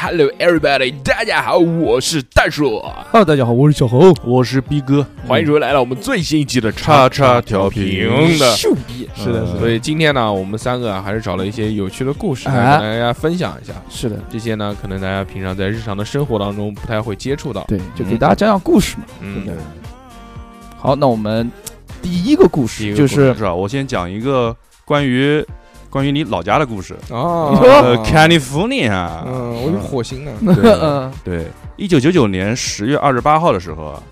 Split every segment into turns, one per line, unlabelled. Hello everybody，大家好，我是袋鼠，
Hello，大家好，我是小猴。
我是逼哥，
欢迎回来了，我们最新一季的
叉叉调频
的。嗯
秀逼，是的，是
所
的，
以今天呢，我们三个啊，还是找了一些有趣的故事来
哎
跟大家分享一下。
是的，
这些呢，可能大家平常在日常的生活当中不太会接触到。
对，就给大家讲讲故事嘛。
嗯，
对好，那我们第一个故
第一个
事就
故
是
是吧？我先讲一个关于关于你老家的故事。
哦
你说
呃，California，
啊
嗯，我有火 星呢。
对
嗯
对，一九九九年十月二十八号的时候，啊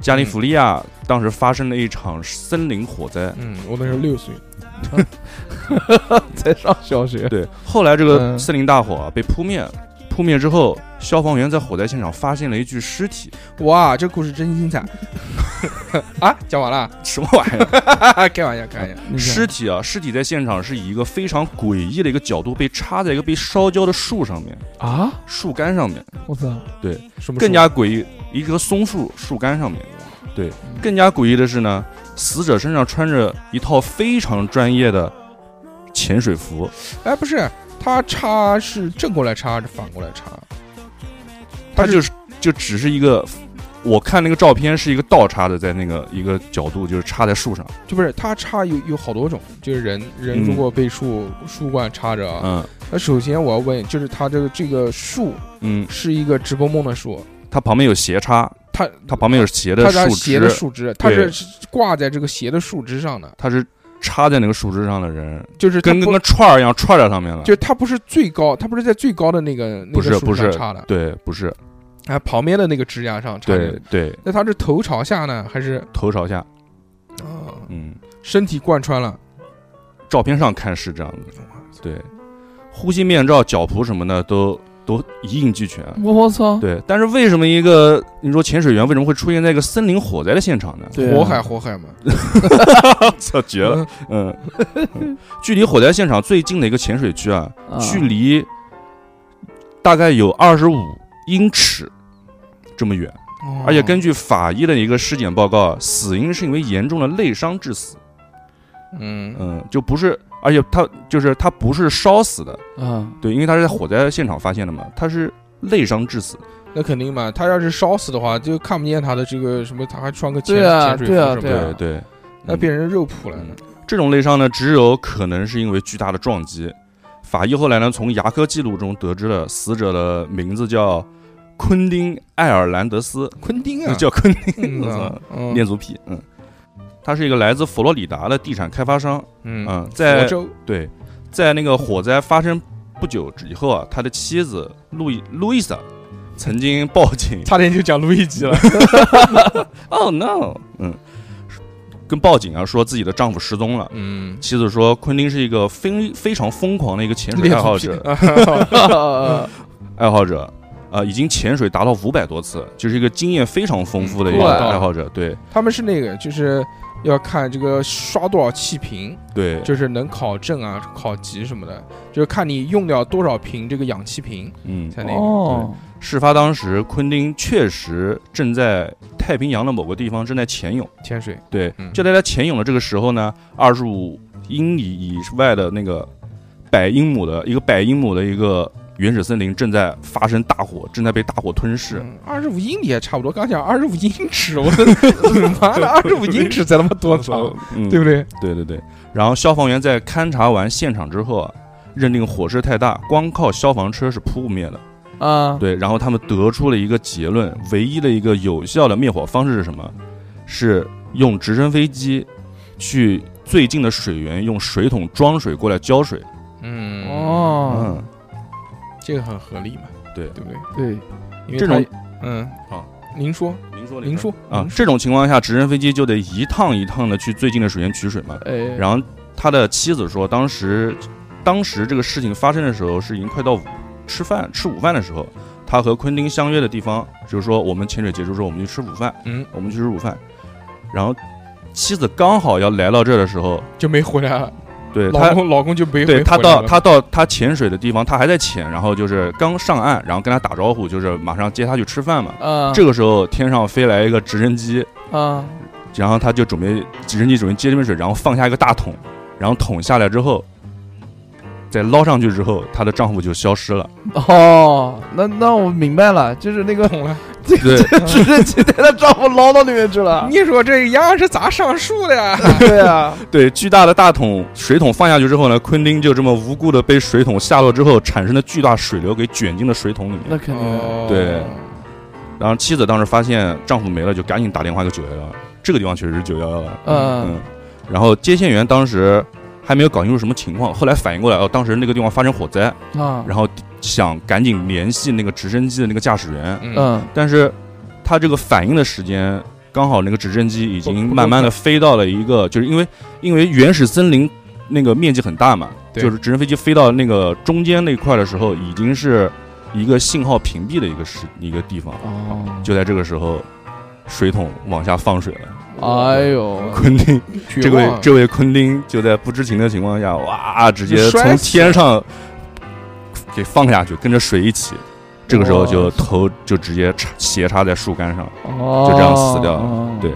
加利福尼亚当时发生了一场森林火灾。
嗯，我那时候六岁。
在上小学，
对，后来这个
嗯
森林大火啊被扑灭，扑灭之后，消防员在火灾现场发现了一具尸体。
哇，这故事真精彩 啊！讲完了，
什么玩意儿？
开玩笑，开玩笑。
你看
尸体啊，尸体在现场是以一个非常诡异的一个角度被插在一个被烧焦的树上面，
啊，
树干上面。
我操，
什么
更加诡异，一棵松树树干上面。对，更加诡异的是呢，死者身上穿着一套非常专业的潜水服，
哎，不是，他插是正过来插还是反过来插？
他就是就只是一个，我看那个照片是一个倒插的，在那个一个角度就是插在树上，
就不是他插有有好多种，就是人人
嗯
如果被树、树冠插着啊，
嗯
那首先我要问，就是他这个这个树
嗯，
是一个直蹦蹦的树，
它旁边有斜插，
它
它旁边有斜
它
的
是
树
斜的
枝，
树枝，它
对
是挂在这个斜的树枝上的，
它是插在那个树枝上的人，
就是它
跟跟
不
个串儿一样串在上面了
就。是它不是最高，它不是在最高的那个那
不
个
是
树
不
上
是
插的，
对，不是，
哎，旁边的那个枝桠上插
对
着。
对，
那它是头朝下呢，还是
头朝下，
啊
嗯。
身体贯穿了？
照片上看是这样子，对，呼吸面罩、脚蹼什么的都都一应俱全。
嗯
我操，
对，但是为什么一个你说潜水员为什么会出现在一个森林火灾的现场呢？
对啊
火海火海嘛，
操，绝！嗯，距离火灾现场最近的一个潜水区啊，
啊
距离大概有二十五英尺这么远，
哦
而且根据法医的一个尸检报告，死因是因为严重的内伤致死。
嗯
嗯，就不是，而且他就是他不是烧死的，
啊，
对，因为他是在火灾现场发现的嘛，他是内伤致死。
那肯定嘛，他要是烧死的话，就看不见他的这个什么，他还穿个潜
对啊
潜水服
对啊
什么
对啊
的，
对对，
那变成肉脯了
嗯。这种内伤呢，只有可能是因为巨大的撞击。法医后来呢，从牙科记录中得知了死者的名字叫昆丁·艾尔兰德斯，
昆汀啊，
叫昆丁，
嗯
我
啊嗯
恋足癖，嗯，他是一个来自佛罗里达的地产开发商，
嗯，
嗯，在
佛州
对，在那个火灾发生不久以后啊，他的妻子路易路易莎曾经报警，
差点就讲路易吉了。
Oh no！嗯，跟报警啊说自己的丈夫失踪了。
嗯，
妻子说，昆汀是一个非非常疯狂的一个潜水
恋
爱好
足癖
者，
啊
爱好者，啊，已经潜水达到五百多次，就是一个经验非常丰富的一
嗯
个
哇
爱好者。对
他们是那个，就是要看这个刷多少气瓶，
对，
就是能考证啊、考级什么的，就是看你用掉多少瓶这个氧气瓶
嗯，
才那个。
哦，
事发当时，昆汀确实正在太平洋的某个地方正在潜泳。
潜水
对
嗯，
就在他潜泳的这个时候呢，二十五英里以外的那个百英亩的一个百英亩的一个原始森林正在发生大火，正在被大火吞噬。
嗯二十五英里还差不多，刚讲二十五英尺，我 的妈的，二十五英尺才他妈多长，
嗯，
哦对不对？
对对对。然后消防员在勘察完现场之后啊，认定火势太大，光靠消防车是扑不灭的。
啊，
对，然后他们得出了一个结论：唯一的一个有效的灭火方式是什么？是用直升飞机去最近的水源，用水桶装水过来浇水。
嗯
哦，
嗯，
这个很合理嘛，
对
对不对？
对，
因为
这种
它嗯
好，
您说
您说
您说
啊，这种情况下，直升飞机就得一趟一趟的去最近的水源取水嘛。
哎，
然后他的妻子说，当时当时这个事情发生的时候是已经快到午吃饭吃午饭的时候，他和昆汀相约的地方，就是说我们潜水结束之后我们去吃午饭，
嗯，
我们去吃午饭。然后妻子刚好要来到这儿的时候，
就没回来了，
对
老
他。
公老公就没
对
没
他
回来
到
了
他到他潜水的地方，他还在潜，然后就是刚上岸，然后跟他打招呼，就是马上接他去吃饭嘛。
啊，
这个时候天上飞来一个直升机，
啊，
然后他就准备直升机准备接这杯水，然后放下一个大桶，然后桶下来之后，在捞上去之后，她的丈夫就消失了。
哦，那那我明白了，就是 那个
懂了。
这
对
这直升机带她丈夫捞到里面去
啊
了。
你说这鸭是咋上树的呀？
对啊，
对，巨大的大桶水桶放下去之后呢，昆汀就这么无辜的被水桶下落之后产生的巨大水流给卷进了水桶里面。
那肯定的。
哦
对然后妻子当时发现丈夫没了，就赶紧打电话给九幺幺。这个地方确实是九幺幺了。
嗯，
嗯，然后接线员当时还没有搞清楚什么情况，后来反应过来，哦，当时那个地方发生火灾，
啊，
然后想赶紧联系那个直升机的那个驾驶员，
嗯，
嗯，
但是他这个反应的时间刚好那个直升机已经慢慢的飞到了一个，就是因为因为原始森林那个面积很大嘛，
对
就是直升飞机飞到那个中间那块的时候，已经是一个信号屏蔽的一个时一个地方，
哦，
就在这个时候。水桶往下放水了，
哎呦，
昆汀
绝
这位
望
这位昆汀就在不知情的情况下，哇，直接从
摔死
天上给放下去，跟着水一起。这个时候就头就直接插斜插在树干上，
哦，
就这样死掉了
哦
对，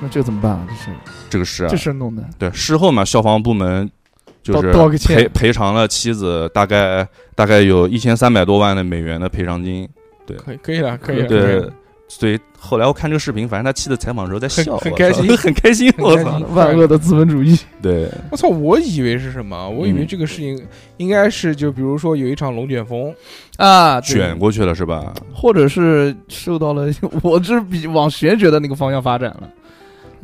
那这怎么办啊？这是
这个是啊
这，事儿弄的，
对事后嘛，消防部门就
道
是
道个歉
赔赔偿了妻子大概大概有一千三百多万的美元的赔偿金。
可以可以了，可以了，可以
对
了，，
所以后来我看这个视频，反正他妻子采访的时候在
很
笑，
很
我
开
操
心
很开心，
很
我
开
操
心，
万恶的资本主义。
对，
我操！我以为是什么？我以为
嗯
这个事情应该是就比如说有一场龙卷风，
啊，对
卷，过去了是吧？
或者是受到了， 我这比往玄学的那个方向发展了。嗯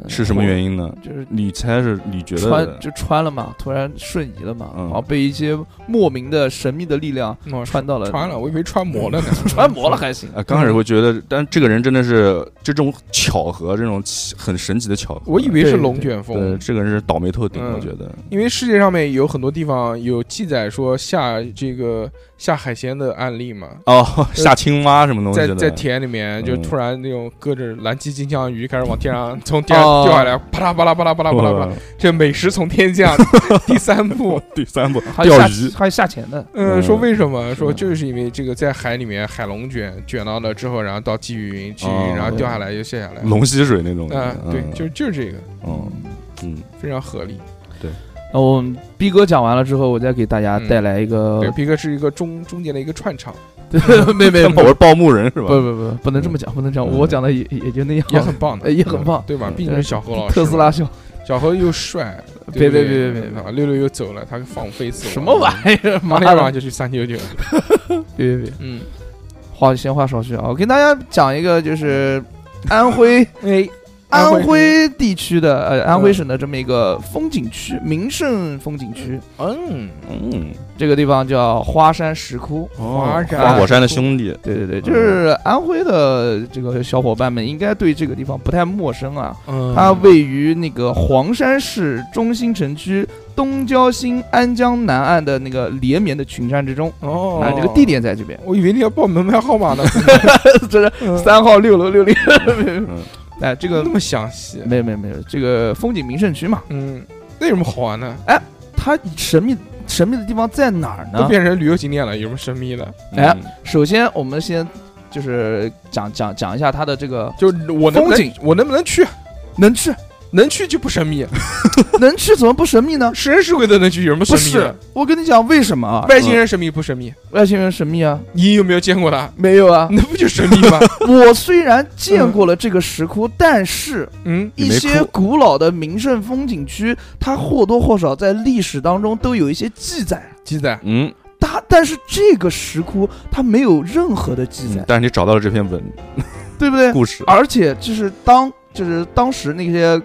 是什么原因呢？
就是
你猜是你觉得
穿就穿了嘛，突然瞬移了嘛，
嗯
然后被一些莫名的神秘的力量
哦
穿到了，
穿了，我以为
嗯
穿磨 了呢，
穿模了还行。
啊，刚
嗯
开始会觉得，但这个人真的是就这种巧合，这种奇很神奇的巧合。
我以为是龙
对
卷
对
风，
这个人是倒霉透顶，
嗯
我觉得。
因为世界上面有很多地方有记载说下这个下海鲜的案例嘛，
哦，下青蛙什么东西
呃在
的？
在田里面就
嗯
突然那种各种蓝鳍金枪鱼开始往天 上从天上
哦
掉下来，啪啦啪啦啪啦啪啦啪啦啪啦，
哇
这美食从天降，第三部，
第三部
还有
钓
下
鱼，
还有下潜的，
嗯，
嗯
说为什么？说
的
就是因为这个在海里面海龙卷卷到了之后，然后到积雨云，积雨云
哦
然后掉下来又卸下来，
龙吸水那种的。
啊，对，
嗯
就就是这个
嗯嗯，
非常合理。
那我们逼哥讲完了之后，我再给大家带来一个
对，，皮克是一个中中间的一个串场，
对 没没
嗯 我
没，
是报幕人是吧？
不不不，不能这么讲，不能这样，
嗯
我讲的也也就那样，
也很棒的
呃，也很棒。
对吧？
嗯
毕竟 是小何老师，
特斯拉，小
小何又帅，对
别
不对
别别别别
啊！六六又走了，他放飞自我，
什么玩
意？
意儿？妈
马天晚上
的！
就去三九九，
别别别，
嗯，
话闲话少叙啊，我跟大家讲一个，就是安徽
哎，
安
徽，
徽地区的呃安徽省的这么一个风景区，名胜风景区，
嗯，
嗯，
这个地方叫花山石窟。
华
哦
山
花果山的兄弟，
对对对，就是安徽的这个小伙伴们应该对这个地方不太陌生啊。
嗯
它位于那个黄山市中心城区东郊新安江南岸的那个连绵的群山之中。
哦
啊，，这个地，点在 这边，
我以为你要报门牌号 码呢，
这是
嗯
三号六楼六零。
嗯
哎，这
那
个
么详细，
没有没有没有，这个风景名胜区嘛，
嗯，那有什么好玩
啊
的？
它神秘神秘的地方在哪儿
都
呢？
变成旅游景点了，有什么神秘的？
哎，首先我们先就是讲讲讲一下它的这个
就我能不
风
能
景，
我能不能去？
能去
能去就不神秘，
能去怎么不神秘呢？
是人是鬼都能去，有什么
不
神秘
是
的？，
我跟你讲为什么啊？
外星人神秘不神秘？
外星人神秘啊？
你有没有见过他？，
没有啊
那不就神秘吗？
我虽然见过了这个石窟，但是
嗯，
你
一
没
些
哭
古老的名胜风景区，它或多或少在历史当中都有一些记载。
鸡仔，
嗯，
它但是这个石窟它没有任何的记载，
嗯但是你找到了这篇文
对不
哎
对？
故事，
而且就是当就是当时那些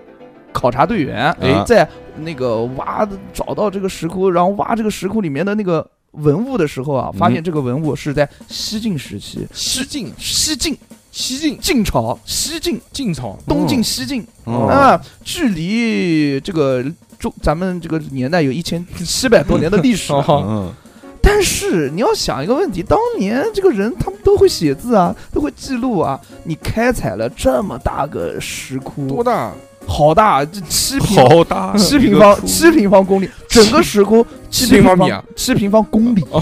考察队员，
啊
哎
在那个挖找到这个石窟，然后挖这个石窟里面的那个文物的时候啊，
嗯
发现这个文物是在西晋时期，
西晋，
西晋、
西晋，
晋朝、西晋、
晋 朝，
东晋、西晋
哦
啊，距离这个中咱们这个年代有一千七百多年的历史了。
哦
嗯，
但是你要想一个问题，当年这个人他们都会写字啊，都会记录啊。你开采了这么大个石
多
窟，
大？
好大，这七平
好大，
七平
一
方
个
七平方公里，整个石窟
七
七
平方
方
米啊，
七平方公 里
哦，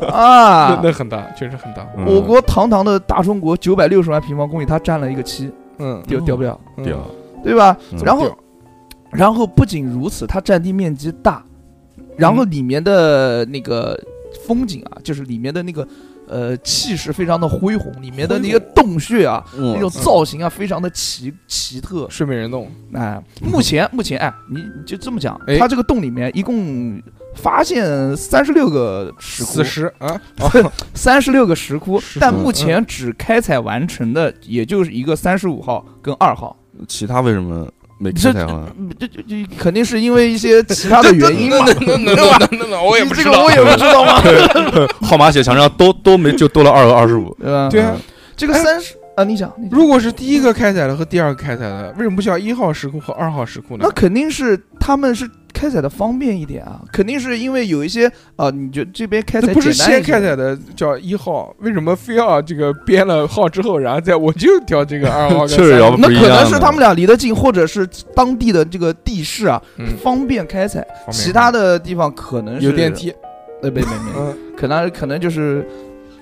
那
啊！
那很大，确实很大。
嗯
我国堂堂的大中国九百六十万平方公里，它占了一个七，
嗯，
屌屌不屌？
嗯
屌，
对吧
嗯？
然后
屌
然后不仅如此，它占地面积大，然后里面的那个风景啊，就是里面的那个呃气势非常的恢宏，里面的那些洞穴啊，
哎
那种造型啊，非常的奇奇特。
睡美人洞，
哎，目前目前哎，你你就这么讲
哎，
它这个洞里面一共发现三十六个石窟
死，尸啊，
哦 三十六个石窟
石窟，
但目前只开采完成的也就是一个三十五号跟二号。
其他为什么没啊
这
开采完？
嗯这这这肯定是因为一些其他的 原因嘛，
那那那那那那我也
你
不
这
知
个
道
我。也不知道嘛，
号码写墙上都都没，就多了二和二十五。
对吧？
对啊，
这个三十啊，你讲，你讲
如果是第一个开采的和第二个开采的，为什么不叫一号石窟和二号石窟呢
那？肯定是他们是开采的方便一点啊，肯定是因为有一些啊，你觉得这边开采
那不是
简单
先
一些
开采的叫一号，为什么非要这个编了号之后，然后再我就挑这个二号跟三号？
确实要不
那
一
可能
样
是
的
他们俩离得近，或者是当地的这个地势啊
嗯，
方便开采，
方便
其他的地方可能是
有电，梯，
呃，没没没，
嗯，
可能可能就是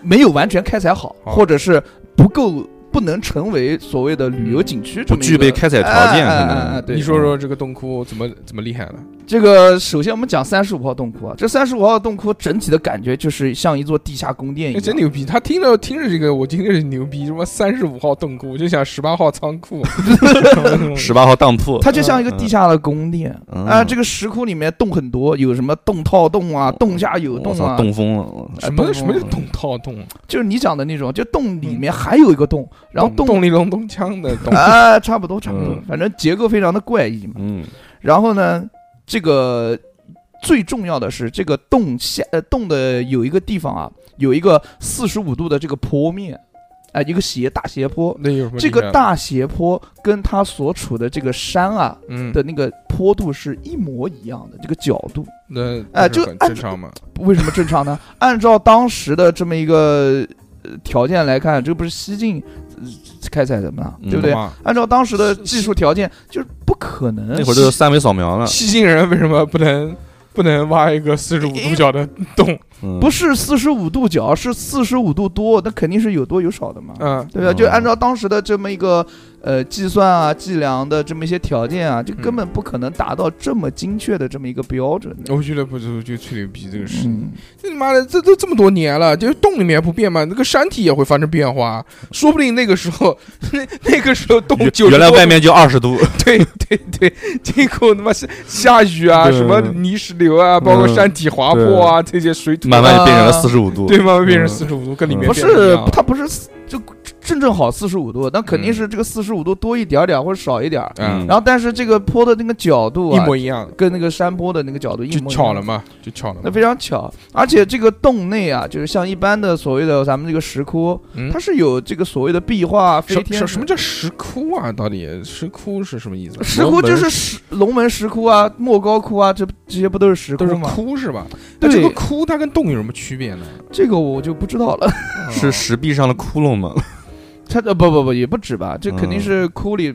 没有完全开采好，
好
或者是不够。不能成为所谓的旅游景区这么一个，
不具备开采条件
哎哎哎
可能
哎对
你，说说这个洞窟怎么怎么厉害了？
这个首先我们讲三十五号洞窟啊，这三十五号洞窟整体的感觉就是像一座地下宫殿一
哎，
样
真。牛逼！他听着听着这个，我听着是牛逼，什么三十五号洞窟，我就想十八号仓 库，
十八号当铺，
它就像一个地下的宫殿
嗯
啊、这个石窟里面洞很多，有什么洞套洞啊，洞下有
我
洞
操，
啊，
冻疯了！
哎
什么
洞
什么叫
洞
洞套洞，
就是你讲的那种，就洞里面还有一个洞，然后
洞洞里隆咚锵的洞，
啊，差不多差不多
嗯，
反正结构非常的怪异嘛。
嗯，
然后呢，这个最重要的是，这个洞下呃洞的有一个地方啊，有一个四十五度的这个坡面，哎、一个斜大斜坡，
那有什么厉害的？
这个大斜坡跟它所处的这个山啊
嗯，
的那个坡度是一模一样的，这个角度
那
哎
不是
就
很
按
正常嘛。
为什么正常呢？ 按照当时的这么一个呃条件来看，这不是西晋呃开采的嘛，
嗯
对不对
懂？吗
按照当时的技术条件，就是不可能。
那会儿都是三维扫
啊
描了，
西晋人为什么啊不能不能挖一个四十
哎
五度角的洞？
嗯
不是四十五度角，是四十五度多，那肯定是有多有少的嘛。
嗯，
对吧？
嗯
就按照当时的这么一个呃计算啊、计量的这么一些条件啊，
嗯
就根本不可能达到这么精确的这么一个标准的。
我觉得不就就吹牛逼这个事情。
嗯，
这他妈的，这都这么多年了，就是洞里面不变嘛，那个山体也会发生变化，说不定那个时候，那那个时候洞
原
就
原来外面就二十度，
对对对，结果他妈下下雨啊，
对
什么泥石流啊，包括
嗯
山体滑坡啊，这些水土
慢嗯慢就变成了
啊
四十五度。
对慢慢变成四十五度，跟里面
不
变成一
是
样，
它不是四就正正好四十五度，那肯定是这个四十五度多一点儿点儿或者少一点儿。
嗯
嗯
然后但是这个坡的那个角度
一
啊，
模一样，
跟那个山坡的那个角度一模
就
一样
巧了。嘛，就巧了
那
嘛。
非常巧，而且这个洞内啊，就是像一般的所谓的咱们这个石窟，
嗯
它是有这个所谓的壁画、飞
什
天
什什么叫石窟啊？到底石窟是什么意思？
石窟就是石龙门石窟啊、莫高窟啊，这这些不都是石窟
都是
吗？
窟是吧？那
对
这个窟它跟洞有什么区别呢？哦
这个我就不知道了。
是石壁上的窟窿吗？
它呃不不不也不止吧，这肯定
嗯
是窟里，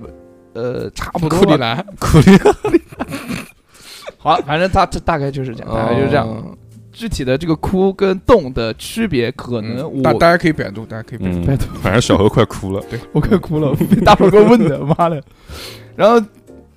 呃差不多
库里
吧。
兰，
窟窿
好了，反正它它大概就是这样，大概就是这样。
哦。
具体的这个窟跟洞的区别，可能
嗯
我
大大家可以百度，大家可以百度。
嗯
拜托，
反正小何快哭了。
我快哭 了，被大帅哥问的，妈的。 然后，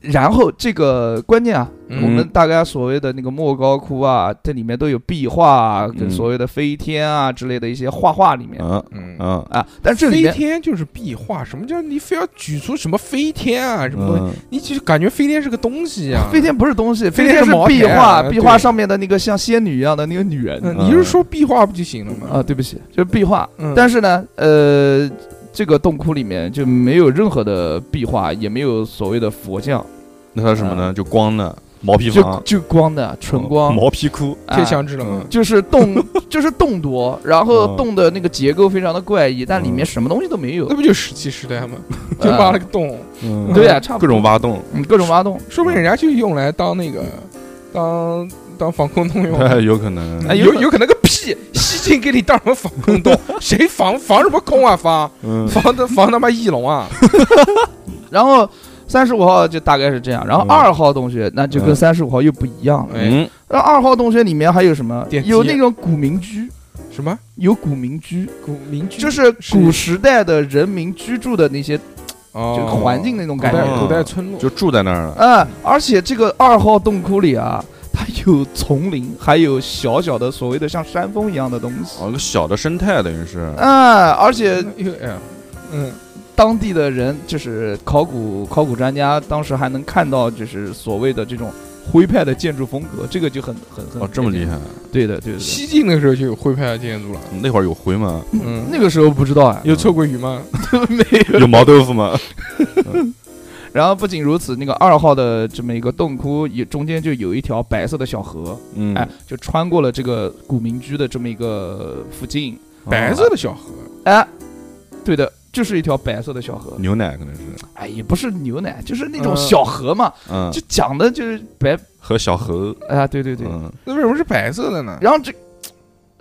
然后这个关键啊，
嗯
我们大概所谓的那个莫高窟啊，这里面都有壁画啊，跟
嗯
所谓的飞天啊之类的一些画画里面
啊
嗯
啊，
啊，但这里
飞
面
天就是壁画，什么叫你非要举出什么飞天啊？什么东西？
嗯
你就感觉飞天是个东西啊？
飞天不是东西，
飞
飞
天
天
是
是
毛
壁
毯
画，
对
壁画上面的那个像仙女一样的那个女人
嗯，你是说壁画不就行了吗？
啊，对不起，就是壁画。
嗯，
但是呢，呃，这个洞窟里面就没有任何的壁画，也没有所谓的佛像，
那它什么呢？就光的毛坯
啊就
房，
就光的纯光，
毛坯窟，
啊
贴哦墙纸哦了吗
嗯？
就 是洞，就是洞多，然后
嗯
洞的那个结构非常的怪异，但里面什么东西都没有
那，不就石器时代吗？嗯 就
呃
挖了个洞，
嗯
对啊，差不
各
多
种挖洞，
嗯各种挖洞，
说不定人家就用来当那个当当防空洞用。
哎，有可能。
哎
有
有可
有可能个屁！西晋给你当什么防空 洞？谁防防什么空啊？防
嗯，
防的防他妈翼龙啊！
然后。三十五号就大概是这样，然后
嗯
二号洞穴那就跟
嗯
三十五号又不一样了。
哎
嗯，
那呃二号洞穴里面还有什么
电？梯
有那种古民居，
什么
有古民居，
古民居？
就是古
是
时代的人民居住的那些
哦
就环境那种
古
感
代
觉。
古代村落，
就住在那儿了。
嗯，而且这个二号洞窟里啊，它有丛林，还有小小的所谓的像山峰一样的东西。
哦，个小的生态等于是，
啊，而且
嗯嗯，
当地的人就是考古考古专家，当时还能看到就是所谓的这种徽派的建筑风格，这个就很很很
哦，这么厉害，
对的，对的。对的
西晋的时候就有徽派建筑了。
那会儿有灰吗？
嗯，
那个时候不知道 啊，
有臭鳜鱼吗？
没有。
有毛豆腐吗？
然后不仅如此，那个二号的这么一个洞窟，也中间就有一条白色的小河，
嗯，
哎，就穿过了这个古民居的这么一个附近。
哦
白色的小河，
哎，对的，就是一条白色的小河。
哦牛奶可能是，
哎，也不是牛奶，就是那种
嗯
小河嘛，
嗯
就，讲的就是白
和小猴，
啊，对对对。
嗯，
那为什么是白色的呢？
然后这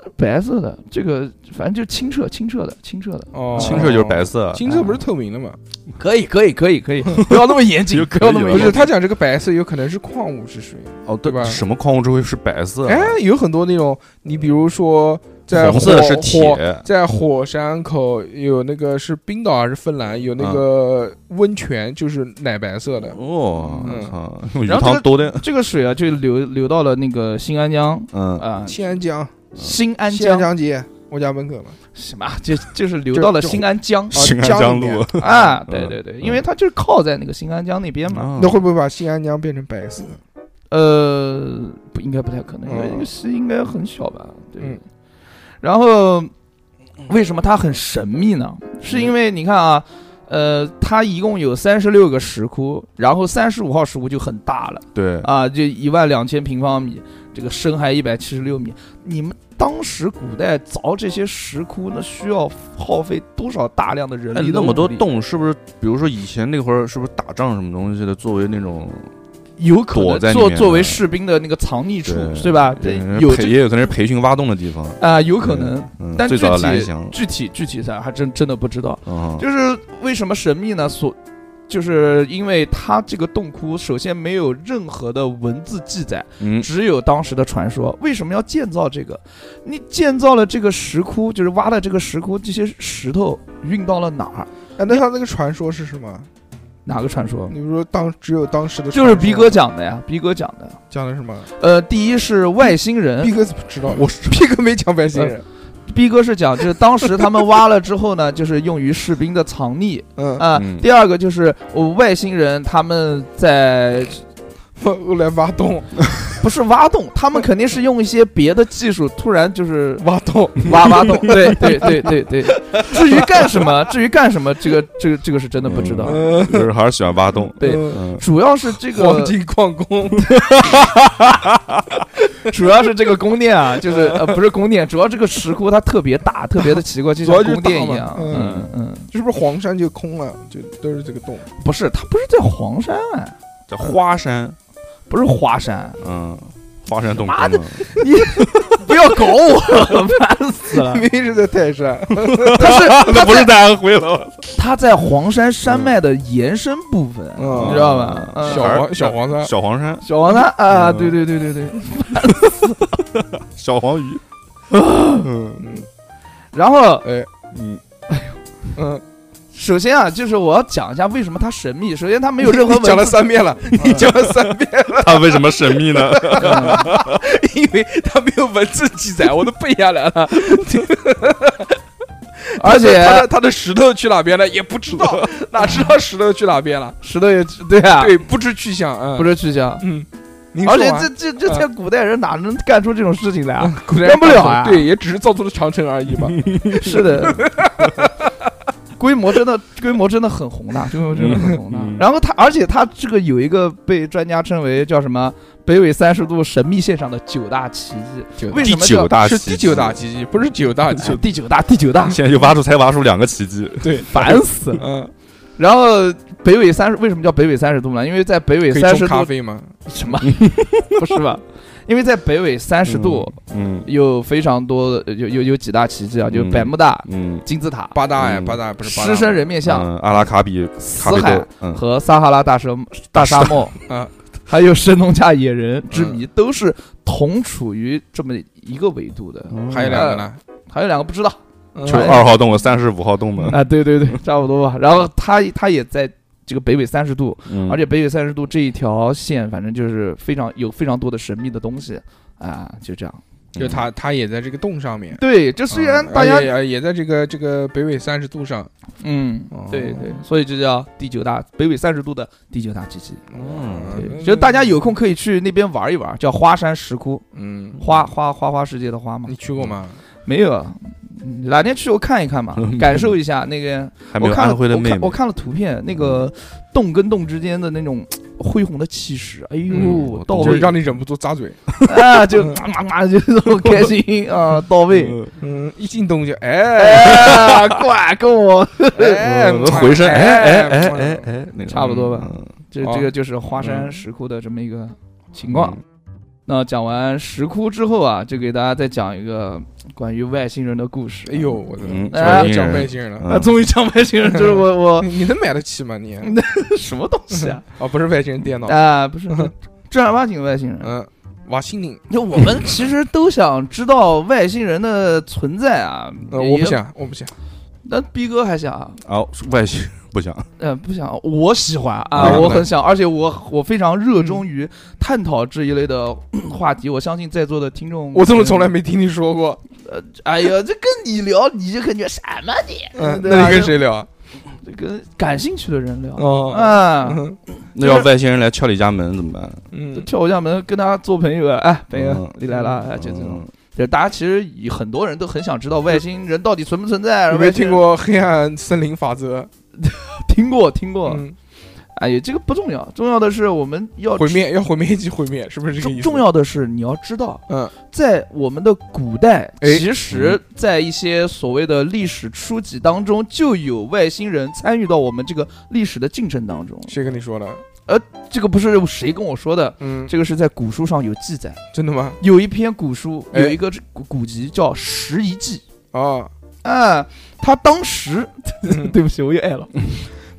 呃白色的这个，反正就清澈清澈的清澈的，
哦，
清澈就是白，色，
清澈不是透明的吗？
可以可以可以可 以，不要那么严
有
谨，
可
不要那
以
么
了
不
严
是，
谨。
他讲这个白色有可能是矿物质水。
哦，
对吧
什么矿物质会是白色？
哎，有很多那种，你比如说在火
红色的是
火
铁，
在火山口有那个是冰岛还是芬兰有那
嗯
个温泉，就是奶白色的。
哦，
嗯
操，用鱼
然后这
汤
个
多的，
这个水啊，就流流到了那个新安江
嗯，
啊，
新安江，
新安
新安
江
江街，我家门口嘛。
什么啊？就就是流到了
就
新安江
新安
江
江
里面
路，
啊，
嗯
对对对，
嗯
因为它就是靠在那个新安江那边嘛。
哦
那会不会把新安江变成白色？
呃，不应该不太可能，因为
嗯
那个溪应该很小吧？对
嗯。
然后为什么它很神秘呢？是
嗯
因为你看啊，呃，它一共有三十六个石窟，然后三十五号石窟就很大了
对，
啊，就一万两千平方米，这个深还一百七十六米。你们当时古代凿这些石窟，那需要耗费多少大量的人
哎，
力？
那么多，洞是不是？比如说以前那会儿，是不是打仗什么东西的，作为那种
有可
躲
能
在里
做
面
作为
的
士兵的那个藏匿处，
对
对吧？对，
呃
有
培
这
也有可能是培训挖洞的地方，
啊、有可能。
嗯，
但
最
具
早的
体
蓝翔，
具体具体啥还真真的不知道。
嗯，
就是为什么神秘呢？所就是因为它这个洞窟首先没有任何的文字记载，
嗯
只有当时的传说。为什么要建造这个？你建造了这个石窟，就是挖的这个石窟，这些石头运到了哪儿？
哎，那他那个传说是什么？
哪个传说？
你说当只有当时的
就是
传说
逼哥讲的呀，逼哥讲的。
讲的什么？
呃，第一是外星人
逼，哥怎么知道？
嗯我 嗯
逼哥没讲外星人。
逼哥是讲就是当时他们挖了之后呢， 就是用于士兵的藏匿。
嗯，
啊、
嗯
第二个就是我、外星人他们在
我我 来挖洞，
不是挖洞，他们肯定是用一些别的技术，突然就是
挖洞。
挖挖洞。对对 对对对，至于干什么， 至于干什么，这个这个这个是真的不知道。
嗯，
就是还是喜欢挖洞，
对
嗯
嗯，
主要是这
黄
个，
金矿工。
主要是这个宫殿啊，就是呃不是宫殿，主要这个石窟它特别大，特别的奇怪，就
主
像
要就是
宫殿一
大嘛
样。嗯
嗯
嗯，
是不是黄山就空了，就都是这个洞？
不是，它不是在黄山，啊
叫花山，
不是华山，啊
嗯，花山洞啊
妈
窟
的
嘛，
不要搞我，烦死 了。
明明是在泰山，
它是
那不是在安徽了，
它在黄山山脉的延伸部分，
嗯
你知道吧？嗯
小黄小黄山，
小黄山，
小王呢？啊，
嗯
对对对对对。
小黄鱼，
然后，
嗯，
嗯，
首先啊，就是我要讲一下为什么它神秘。首先，它没有任 何
你
文
讲了
字
三遍了，你讲了三遍，
它为什么神秘呢？
嗯
因为他没有文字记载，我都背下来 了。
而
他
且
的他的石头去哪边了也不知 道，哪知道石头去哪边了？
石头也对啊，
对，不知去向。嗯，
不，是去向。
嗯，您
而
说
且
完
这这这在古代人哪能干出这种事情来啊？
古代
干不了
大
啊
臣对，也只是造出了长城而已嘛。
是的，规模真的规模真的很宏大，规模真的很宏大
嗯。
然后它，而且它这个有一个被专家称为叫什么“北纬三十度神秘现象”的九大奇迹， 为
第
什么
九
叫
大
是
奇
第
迹
九大，奇迹，不是啊 九大奇迹。
第九大第九 大，
现在就挖出才挖出两个奇迹，
对，
烦死了。
嗯，
然后北纬三十为什么叫北纬三十度呢？因为在北纬
可以
三
冲
十
咖
度
啡吗？
什么？ 不是吧？因为在北纬三十度
嗯
有非常多的有有有几大奇迹啊，就
嗯
百慕大、
嗯，
金字塔、
八大哎，
嗯
八大不是八大
狮身人面像
嗯阿拉卡比咖
死
啡
海
豆，嗯，
和撒哈拉大沙大沙漠
啊，嗯
还有神农架野人之谜，都是同处于这么一个维度的。
还有两个呢，
还有两个不知道
嗯
呃哎就二号洞和三十五号洞嘛，
啊，对对对，差不多吧。然后他他也在这个北纬三十度，
嗯
而且北纬三十度这一条线，反正就是非常有非常多的神秘的东西啊，就这样。
就他他也在这个洞上面。
对，这虽然
嗯
大家
啊也也在这个这个北纬三十度上，
嗯
哦，
对对，所以这叫第九大北纬三十度的第九大奇迹。对，
嗯，
就是大家有空可以去那边玩一玩，叫花山石窟，
嗯，
花花花花世界的花嘛
你。去过吗？
没有，嗯哪天去我看一看 嘛，感受一下那个。
嗯还没
我
有
看了
安徽的
我
妹嗯
看
妹
我，看了图片，那个洞跟洞之间的那种恢宏的气势，哎
嗯
呦，
我
到
懂
就是
位
让你忍不住扎嘴。
啊，就嘛嘛 嘛，就这种开心啊，到位。
嗯
嗯，一进洞就哎
哎，快跟我，
哎，
我回身，哎哎哎
嗯
哎哎，那个嗯
差不多吧这
好
这个就是花山石窟的这么一个情况。，那讲完石窟之后啊，就给大家再讲一个关于外星人的故事。
哎呦，，我的
嗯，
哎
嗯
讲
嗯
外星人了，
那终于讲外星人，就是我 我
你能买得起吗你？
什么东西 啊？
哦，不是外星人电脑，
啊，不是 正儿八经的外星人，
嗯，瓦西宁，
就我们其实都想知道外星人的存在啊。
呃，
也
我不。想，我不想，
那逼哥还想啊？
哦，外星不想，
呃，不想。我喜欢啊，
啊
我
对嗯
很想，而且我我非常热衷于探讨这一类的话题。我相信在座的听众，
我怎么从来没听你说过？
哎呀，这跟你聊，你就感觉什么你？
嗯，
对吧
那你跟谁聊啊？
就跟感兴趣的人聊。
哦，
啊，
嗯
那要外星人来敲你家门怎么办？
就
嗯，
跳我家门跟他做朋友啊，哎，朋友
嗯
你来了，哎，就这种
嗯。
就大家其实以很多人都很想知道外星人到底存不 存在。
有没
外
有
星
听
人？
过黑暗森林法则？
听过，听过。
嗯，
哎呀，这个不重要，重要的是我们要
毁灭要毁灭一级毁灭，是不是这个意
哦重
思？
重要的是你要知道，
嗯，
在我们的古代，
哎
其实，在一些所谓的历史书籍当中，就有外星人参与到我们这个历史的进程当中。
谁跟你说的？
这个不是谁跟我说的，
嗯，
这个是在古书上有记载，
真的吗？
有一篇古书，
哎
有一个古古籍叫《拾遗记
哦，》
啊，他当时，
嗯
对不起，我又爱了。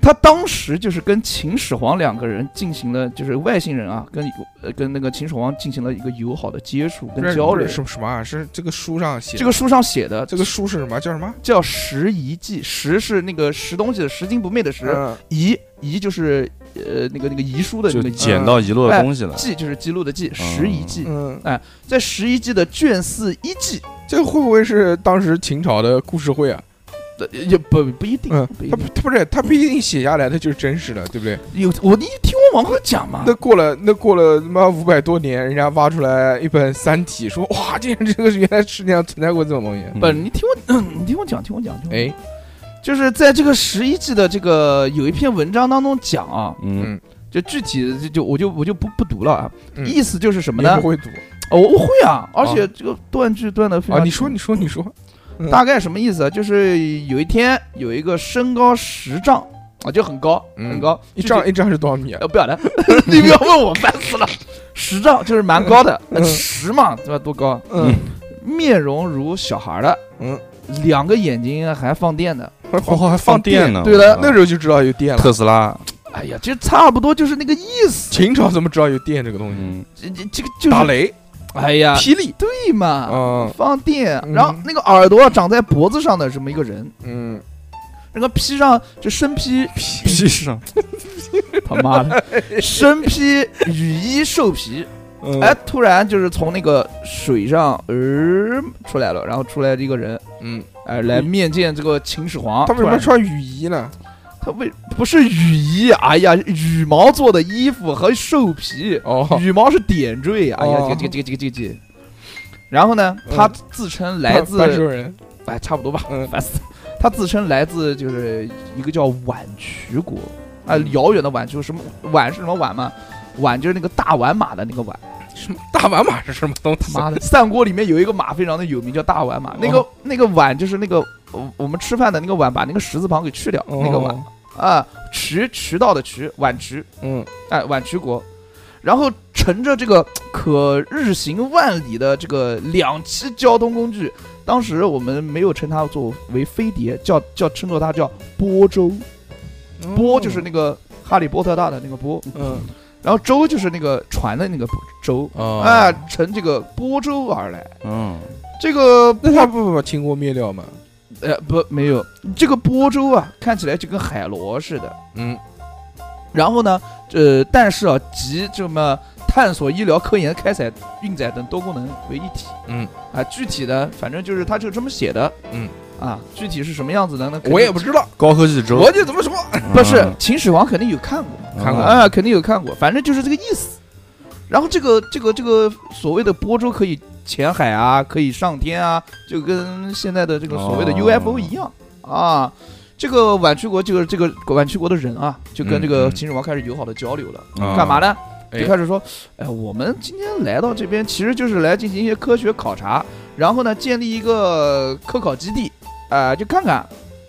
他当时就是跟秦始皇两个人进行了，就是外星人啊，跟呃跟那个秦始皇进行了一个友好的接触
不
跟
是
交
不是
流。
什么什么啊？是这个书上写的
这个书上写的，
这个书是什么？叫什么？
叫《拾遗记》，拾是那个拾东西的拾金不昧的拾，
嗯
遗遗就是呃那个那个遗书的那
嗯就
个遗，
捡到遗落的东西了，
记就是记录的记，拾遗记。
嗯，
在拾遗记的卷四一记，
这会不会是当时秦朝的故事会啊？
呃也不不一定
嗯，
不，一
他
定啊
不。他不是他不一定写下来，他就是真实的，对不对？
有我你听我往后讲嘛
那。过了那过了他妈五百多年，人家挖出来一本《三体》，说哇，竟然这个原来世界上存在过这种东西。
不，你听我， 你听我讲，听我讲，听我讲
嗯哎，
就是在这个十一季的这个有一篇文章当中讲啊，
嗯
就具体就就我就我就不不读了啊，
嗯
意思就是什么
你
呢
不？会读
哦我我会啊，而且这个断句断的非
啊？
常。
你说你说你说，嗯
大概什么意思啊？就是有一天有一个身高十丈啊，就很高
嗯
很高，
一
具体
丈一丈是多少米啊？
呃不晓得， 你不要问我，烦死了。十丈就是蛮高的，呃
嗯
十嘛，对吧？多高？
嗯，
面容如小孩儿的，
嗯，
两个眼睛还放电的，
还
哦，还放电呢，
对的
那时候就知道有电了。
特斯拉，
哎呀，这差不多就是那个意思。
秦朝怎么知道有电这个东西？
嗯，
这这这个就
打
是，
雷、
哎呀，
霹雳，
对嘛，
嗯
放电。
嗯
然后那个耳朵长在脖子上的这么一个人，
嗯，
那个披上这 身披，
屁上，
他妈的， 身披雨衣兽皮，
嗯
哎，，突然就是从那个水上呃出来了，然后出来这个人，
嗯，
哎，来面见这个秦始皇。
他为什
突
么
然
穿雨衣呢？
他为不是雨衣？哎呀，羽毛做的衣服和兽皮，
哦，
羽毛是点缀。哎呀，
哦
这个这个这个这个这个。然后呢，
嗯
他自称来自
半半兽人，
哎，差不多吧，
嗯
烦死了。他自称来自就是一个叫宛渠国啊，
嗯
遥远的宛渠，什么宛是什么宛嘛？宛就是那个大宛马的 那个宛。
什么大碗马是什么东 西？
妈的，三国里面有一个马非常的有名，叫大碗
哦
马。那个那个碗就是那个呃我们吃饭的那个碗，把那个石字旁给去掉，那个碗
哦，
啊，渠渠道的渠，碗渠，
嗯，
哎，碗渠国。然后乘着这个可日行万里的这个两栖交通工具，当时我们没有称它作为飞碟，叫叫称作它叫波舟，波
哦
就是那个哈利波特大的那个波，
嗯
然后舟就是那个船的那个舟，
哦
哎，乘这个波舟而来。
嗯，
这个
那他不不把秦国灭掉吗？
呃不没有这个波舟啊，看起来就跟海螺似的，
嗯，
然后呢，呃，但是啊，集这么探索、医疗、科研、开采、运载等多功能为一体。
嗯，
啊，具体的反正就是它就这么写的。
嗯，
啊，具体是什么样子的呢？那
我也不知道，
高科技之后
我就怎么说，
不是《秦始皇》肯定有看过，
嗯看过
啊，肯定有看过，反正就是这个意思。然后这个这个这个所谓的波舟可以潜海啊，可以上天啊，就跟现在的这个所谓的
哦
UFO 一样、啊。这个晚曲国就是这个晚曲国的人啊，就跟这
嗯
个
嗯
秦始皇开始友好的交流了。
啊
干嘛呢？
哎
就开始说，哎，我们今天来到这边，其实就是来进行一些科学考察，然后呢，建立一个科考基地，啊、就看看，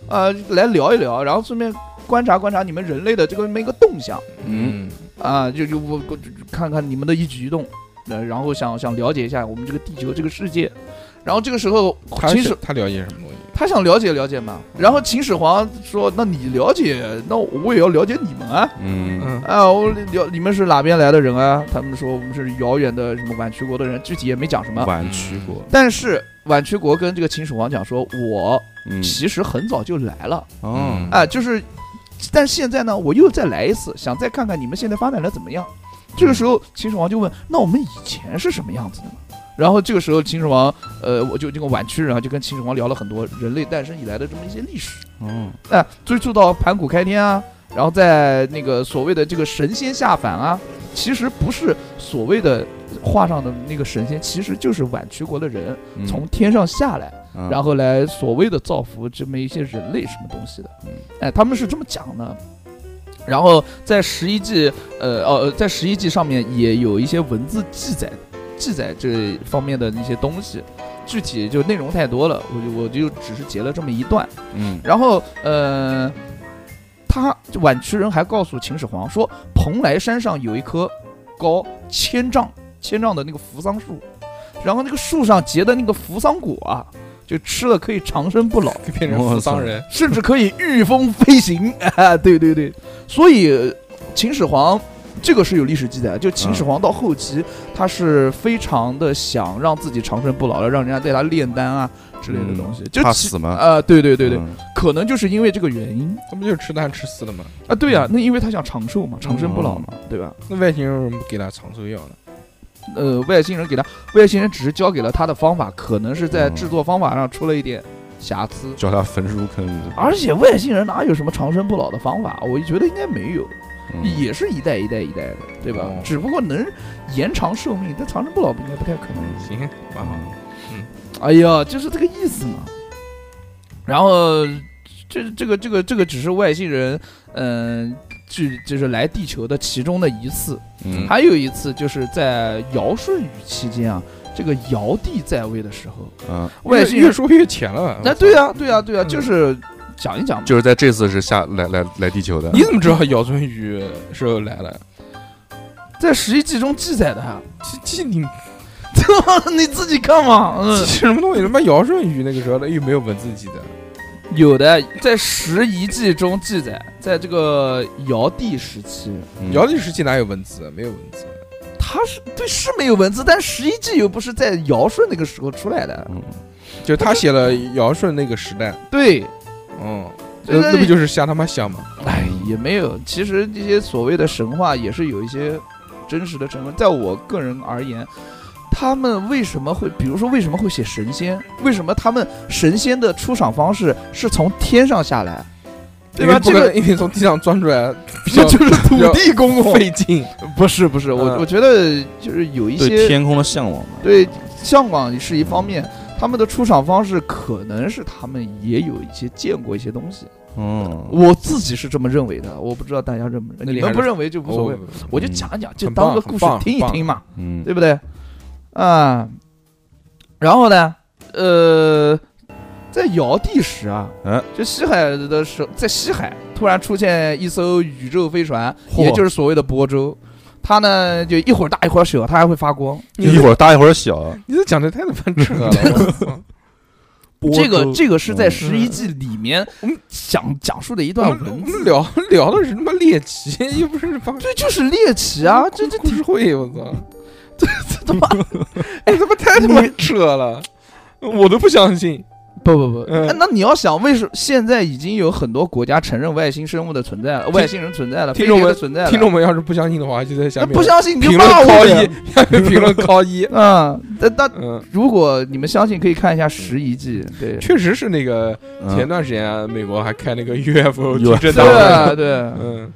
呃，来聊一聊，然后顺便观察观察你们人类的这个每个动向
嗯，
啊、就就我我就看看你们的一举一动，呃，然后想想了解一下我们这个地球这个世界，然后这个时候
他
秦
是嗯
始
他了解什么东西？
他想了解了解嘛，然后秦始皇说，那你了解，那我也要了解你们啊，
嗯
嗯，
啊，我聊你们是哪边来的人啊？他们说我们是遥远的什么晚曲国的人，具体也没讲什么。
晚曲国，
但是晚曲国跟这个秦始皇讲说，我
嗯
其实很早就来了，
哦
啊，就是，但现在呢，我又再来一次，想再看看你们现在发展的怎么样。这个时候，秦始皇就问：那我们以前是什么样子的呢？然后这个时候，秦始皇，呃，我就这个晚区人啊，就跟秦始皇聊了很多人类诞生以来的这么一些历史。
哦
哎、追溯到盘古开天啊，然后在那个所谓的这个神仙下凡啊，其实不是所谓的画上的那个神仙，其实就是晚曲国的人
嗯
从天上下来，
啊
然后来所谓的造福这么一些人类什么东西的
嗯，
哎，他们是这么讲的。然后在十一纪，呃哦，呃在十一纪上面也有一些文字记载，记载这方面的一些东西，具体就内容太多了，我就我就只是截了这么一段。
嗯
然后呃，他就晚曲人还告诉秦始皇说，蓬莱山上有一棵高千丈千丈的那个扶桑树，然后那个树上结的那个扶桑果啊，就吃了可以长生不老，
变成扶桑人，
甚至可以 御风飞行啊！对对对，所以秦始皇。这个是有历史记载的，就秦始皇到后期，他是非常的想让自己长生不老了，让人家对他炼丹啊之类的东西。就
嗯怕
其
死吗？
啊，对对对对，
嗯
可能就是因为这个原因
他不就是吃蛋吃死了吗？
啊，对呀、那因为他想长寿嘛，长生不老嘛，对吧？
那外星人为什么不给他长寿药呢？
呃，外星人给他，外星人只是教给了他的方法，可能是在制作方法上出了一点瑕疵，
叫他焚书坑儒，
而且外星人哪有什么长生不老的方法？我觉得应该没有，
嗯
也是一代一代一代的，对吧？
哦
只不过能延长寿命，但长生不老应该不太可能。
行，蛮好。
嗯
哎呀，就是这个意思嘛。然后，这这个这个这个只是外星人，嗯、就就是来地球的其中的一次。
嗯
还有一次就是在尧舜禹期间啊，这个尧帝在位的时候，
嗯，
外星
越越
人
说越浅了。
那
我操
对，啊对啊对啊，
嗯
就是讲一讲嘛。
就是在这次是下来来来地球的，
你怎么知道姚春雨时候来了？
在十一纪中记载的啊，
这这你
你自己看嘛。
这
嗯，
什么东西？他妈尧舜禹那个时候的又没有文字记载。
有的在十一纪中记载，在这个尧帝时期，
嗯
尧帝时期哪有文字？没有文字。
他是对是没有文字，但十一纪又不是在尧舜那个时候出来的，
嗯
就他写了尧舜那个时代，
对。
嗯，
对
那
对
那不
对
就是瞎他妈想吗？
哎，也没有。其实这些所谓的神话也是有一些真实的成分。在我个人而言，他们为什么会，比如说为什么会写神仙？为什么他们神仙的出场方式是从天上下来，对
因为
吧？
不
这
可
个
能，因为从地上钻出 来比
这
较
就是土地公哦公。
费劲。
不是不是，我、
嗯
我觉得就是有一
对
些
天空的向往嘛，
对向往是一方面，他们的出场方式可能是他们也有一些见过一些东西。
嗯，
我自己是这么认为的，我不知道大家认不认，
那你
你
还
们
是
不认为就无所谓。
哦
我就讲一讲，就
很棒
当个故事
很棒
听一听嘛，
嗯
对不对？啊，然后呢，呃，在尧帝时啊，
嗯
就西海的时候，在西海突然出现一艘宇宙飞船，
嚯
也就是所谓的波舟，它呢就一会儿大一会儿小，它还会发光。
你
一会儿大一会儿小，
你这讲的太他妈扯了！ 我操
这个这个是在
嗯
十一季里面
我们
讲讲述的一
我
段
们我
文
们
字，
聊聊的是他妈猎奇，又不是帮
这就是猎奇啊，这这
故事会，我操！
这他妈
哎，他妈太他妈扯了，我都不相信。
不不不，
嗯
那那你要想，为什么现在已经有很多国家承认外星生物的存在了，外星人存在了，
听
飞
众
碟
们
的存在了，
听众们要是不相信的话，就在下
那
面
不相信你就
评论
骂
高
我
一
呀，，。
下面评论高一
嗯，但但
嗯，
如果你们相信，可以看一下《拾遗记》，对，
确实是那个前
嗯，
段时间啊美国还开那个 UFO
有
地震大会，
对对。
嗯，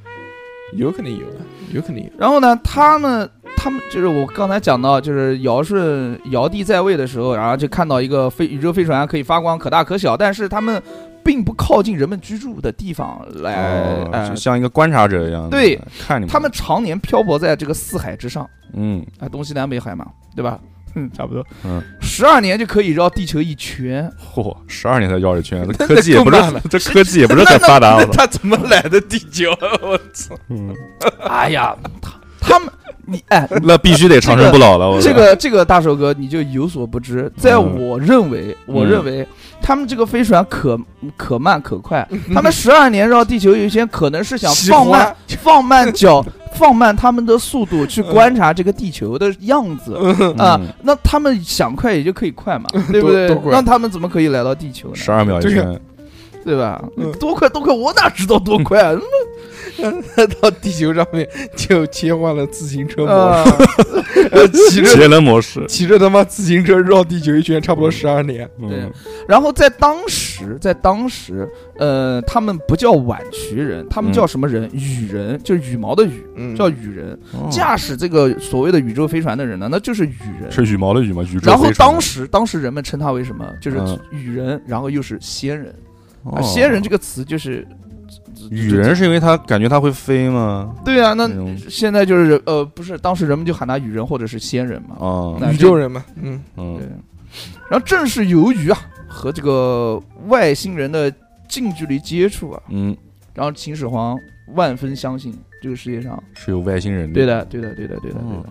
有可能有，啊有可能有。
然后呢，他们他们就是我刚才讲到，就是尧舜尧帝在位的时候，然后就看到一个飞宇宙飞船啊可以发光，可大可小，但是他们并不靠近人们居住的地方来，
哦
哎
就像一个观察者一样，
对，
看你
他们，常年漂泊在这个四海之上，
嗯，
啊，东西南北海嘛，对吧？嗯，差不多。
嗯，
十二年就可以绕地球一圈，
嚯，十二年才绕一圈，这
那
科技也不是
那更慢了，
这科技也不是很发 达，我操，
他怎么来的地球？我操！
嗯，
哎呀，他他们，你哎，
那必须得长生不老了，我操
这个这个大手哥你就有所不知，在
哦啊嗯
我认为，我
嗯
认为他们这个飞船可可慢 可快， 他们十二年绕地球一圈，可能是想
喜
放
欢
慢放慢脚，放慢他们的速度去观察这个地球的样子啊
嗯。
那他们想快也就可以快 嘛，对不
多
对
多？快
那他们怎么可以来到地球呢？
十二秒一
这个
圈，
对吧
嗯？
多快多快，我哪知道多快？ 啊！
到地球上面就切换了自行车模
呃
式，骑 着
节能模式，
骑着他妈自行车绕地球一圈，差不多十二年。
对
嗯，
然后在当时，在当时，呃，他们不叫晚渠人，他们叫什么人？羽人，就是羽毛的羽，
嗯
叫羽人。
嗯哦
驾驶这个所谓的宇宙飞船的人呢，那就是羽人。
是羽毛的羽吗？宇宙
然后
飞船
当时，当时人们称他为什么？就是
嗯
羽人，然后又是仙人。啊，
哦
仙人这个词就是
羽人，是因为他感觉他会飞吗？
对啊，那
那种
现在就是呃，不是当时人们就喊他羽人或者是仙人嘛。
啊，
那
宇宙人嘛， 嗯，
嗯
对，然后正是由于啊和这个外星人的近距离接触啊，
嗯，
然后秦始皇万分相信这个世界上，
是有外星人的，
对，的，对的，对的，对的，对
嗯
的。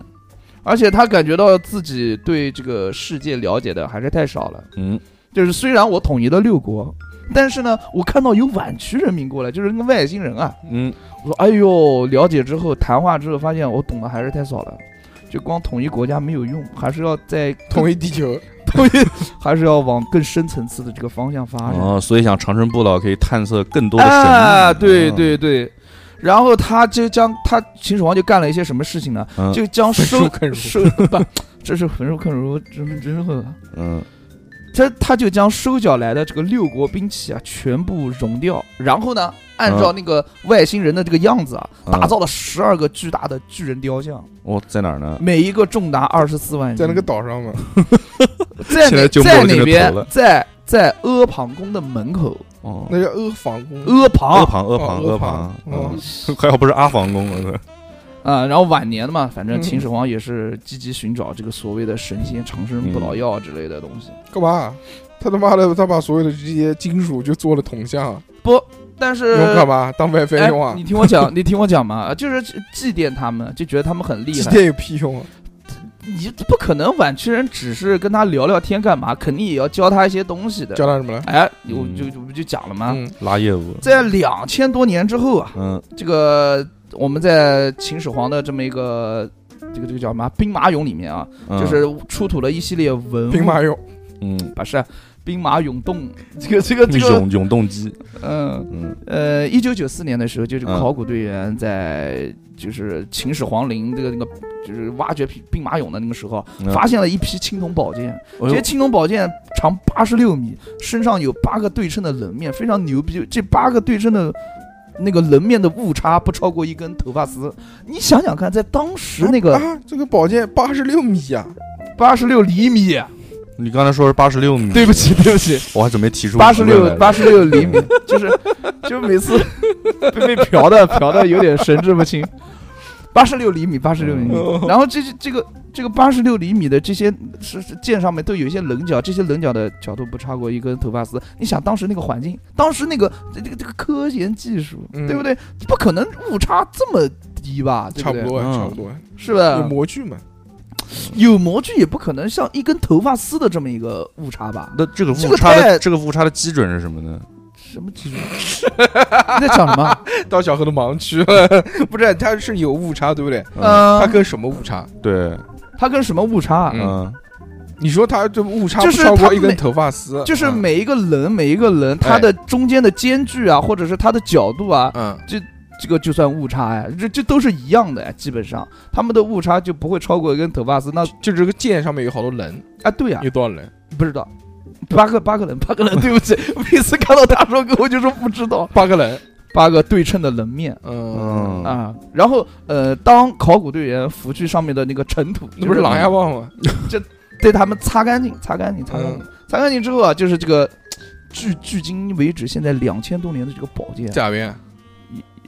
而且他感觉到自己对这个世界了解的还是太少了。
嗯，
就是虽然我统一了六国，但是呢，我看到有晚区人民过来，就是那个外星人啊。
嗯，
我说，哎呦，了解之后，谈话之后，发现我懂得还是太少了。就光统一国家没有用，还是要在
统一地球，
统一，还是要往更深层次的这个方向发展。
哦，所以想长生不老，可以探测更多的神秘嗯哦
啊，对，对对。然后他就将他秦始皇就干了一些什么事情呢？
嗯
就将
焚书
收
坑儒
收不，这是焚书坑儒之之后啊，
嗯
他他就将收缴来的这个六国兵器啊全部熔掉，然后呢，按照那个外星人的这个样子啊，
嗯
打造了十二个巨大的巨人雕像，
我哦在哪儿呢？
每一个重达二十四万斤，
在那个岛上嘛，
在
现在
哪
就
在
摸着
哪
这个
边
头了
在在阿房宫的门口，
哦，
那叫阿房宫，
啊阿
阿房阿
房
房
哦
阿
阿
房
房，
嗯 还好不是阿房宫，我 操，嗯
啊，然后晚年嘛，反正秦
嗯
始皇也是积极寻找这个所谓的神仙长生不老药之类的东西。
干嘛？啊他他妈的，他把所有的这些金属就做了铜像，
不，但是
用干嘛？当 WiFi
呃哎
用，啊
你？听我讲， 你听我讲嘛，就是祭奠他们，就觉得他们很厉
祭
害。
奠有屁用啊？
你不可能晚期人只是跟他聊聊天干嘛，肯定也要教他一些东西的。
教他什么了？
哎，我
嗯
就就就讲了嘛，
嗯，
拉业务，
在两千多年之后啊，
嗯
这个我们在秦始皇的这么一个这个这个叫什么兵马俑里面啊，
嗯
就是出土了一系列文物，
兵马俑，
嗯，
不是兵马俑洞，这个这个这个，
永永动机，
嗯
嗯
呃，一九九四年的时候，就是
嗯
考古队员在就是秦始皇陵这个那个就是挖掘兵兵马俑的那个时候，
嗯
发现了一批青铜宝剑。
哎
这些
呦
青铜宝剑长八十六米，身上有八个对称的棱面，非常牛逼。这八个对称的那个棱面的误差不超过一根头发丝。你想想看，在当时那个
啊，这个宝剑八十六米啊！
八十六厘米，
你刚才说是八十六米，
对不起，对不起，
我还准备提出
八十六八
十
十六厘米，就是 就每次被被嫖的嫖的有点神志不清。八十六厘米，八十六厘米，然后这这这个这个八十六厘米的这些是是剑上面都有一些棱角，这些棱角的角度不超过一根头发丝。你想当时那个环境，当时那个这这个这个科研技术，
嗯
对不对？不可能误差这么低吧？对
差不
对嗯
多，啊
嗯
差不多，
是吧？
有模具嘛？
有模具也不可能像一根头发丝的这么一个误差吧？
那这个
这
误
个
差的
太
这个误差的基准是什么呢？
什么技术？你在讲什么？
到小何的盲区了， 不是？啊它是有误差，对不对？
嗯，
呃，
它跟什么误差？
对，
它跟什么误差啊？
嗯
嗯，
你说他这误差
就
不
是
超
他
过一
每
根头发丝，
就是
嗯哎
每一个棱每一个棱，它的中间的间距啊，或者是它的角度啊，
嗯，
这个就算误差呀，这这都是一样的呀，基本上他们的误差就不会超过一根头发丝。那
就这个剑上面有好多棱，
啊，对呀、
有多少棱？
不知道。八个八个棱，八个棱，对不起，每次看到大寿哥我就说不知道
八个棱。
八个对称的棱面
嗯，
嗯
啊。然后呃，当考古队员拂去上面的那个尘土，
那不是狼牙棒吗？
对他们擦干净，擦干净，擦干净，
嗯
擦干净之后啊，就是这个距距今为止现在两千多年的这个宝剑啊，
假面。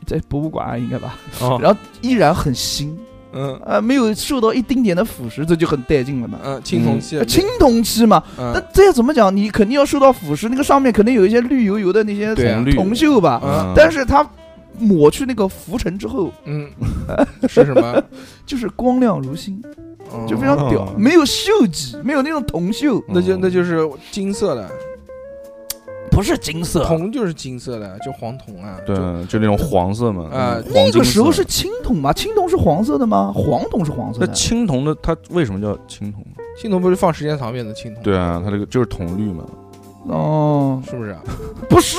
在博物馆啊应该吧，
哦，
然后依然很新，
嗯
呃，没有受到一丁点的腐蚀，这就很带劲了嘛。
嗯，青铜器
呃，青铜器嘛，那
嗯
这怎么讲？你肯定要受到腐蚀，那个上面肯定有一些绿油油的那些
对啊
红绿
铜锈吧，
嗯
啊但是它抹去那个浮尘之后，
嗯，是什么？
就是光亮如新，
嗯
就非常嗯屌，
哦
没有锈迹，没有那种铜锈，
嗯
那就那就是金色的，
不是金色
铜就是金色的，就黄铜啊。
对
就，
就那种黄色嘛，嗯
呃
黄
那
金
个时候
色
是青铜嘛？青铜是黄色的吗？黄铜是黄色
那
的。
青铜的，它为什么叫青铜？
青铜不是放时间长变成青铜？
对，啊，它这个就是铜 绿嘛。
哦，
是不 是啊？
不是，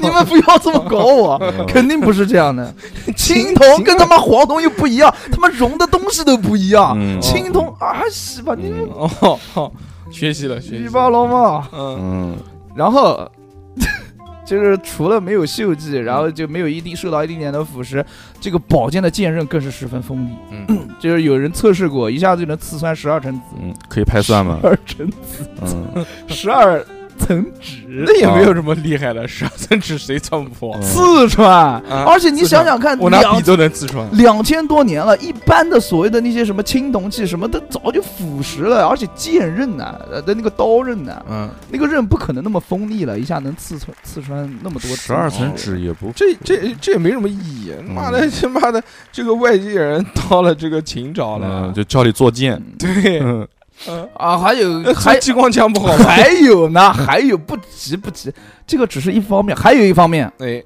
你们不要这么搞 我，肯定不是这样的。青铜跟他妈黄铜又不一样，他妈融的东西都不一样。
嗯
青铜啊，西吧，你
嗯
哦，好，学习了，学习
你
了。
巴老嘛。
嗯
嗯
然后就是除了没有锈迹，然后就没有一定受到一定点的腐蚀，这个宝剑的剑刃更是十分锋利。
嗯，
就是有人测试过，一下子就能刺穿十二层纸，
嗯，可以拍算 吗？
二层
嗯，
十二层纸。啊
那也没有什么厉害的，十二寸纸谁穿不
嗯
破？
刺穿，
啊
而嗯且你
刺
想
穿
想看，
我拿笔
两
都能刺穿。
两千多年了，一般的所谓的那些什么青铜器什么的，早就腐蚀了，而且剑刃呐、呃的那个刀刃呐、
嗯，
那个刃不可能那么锋利了，一下能刺穿刺穿那么多针。
十二层纸也不
这这这也没什么意义。
嗯
妈的，他妈的，这个外地人到了这个秦朝
嗯，
了，
就教你做剑。
嗯
对，
嗯
嗯
啊，还有
那 还
还
激光枪不好吗？
还有呢，还有不急不急，这个只是一方面，还有一方面，
哎，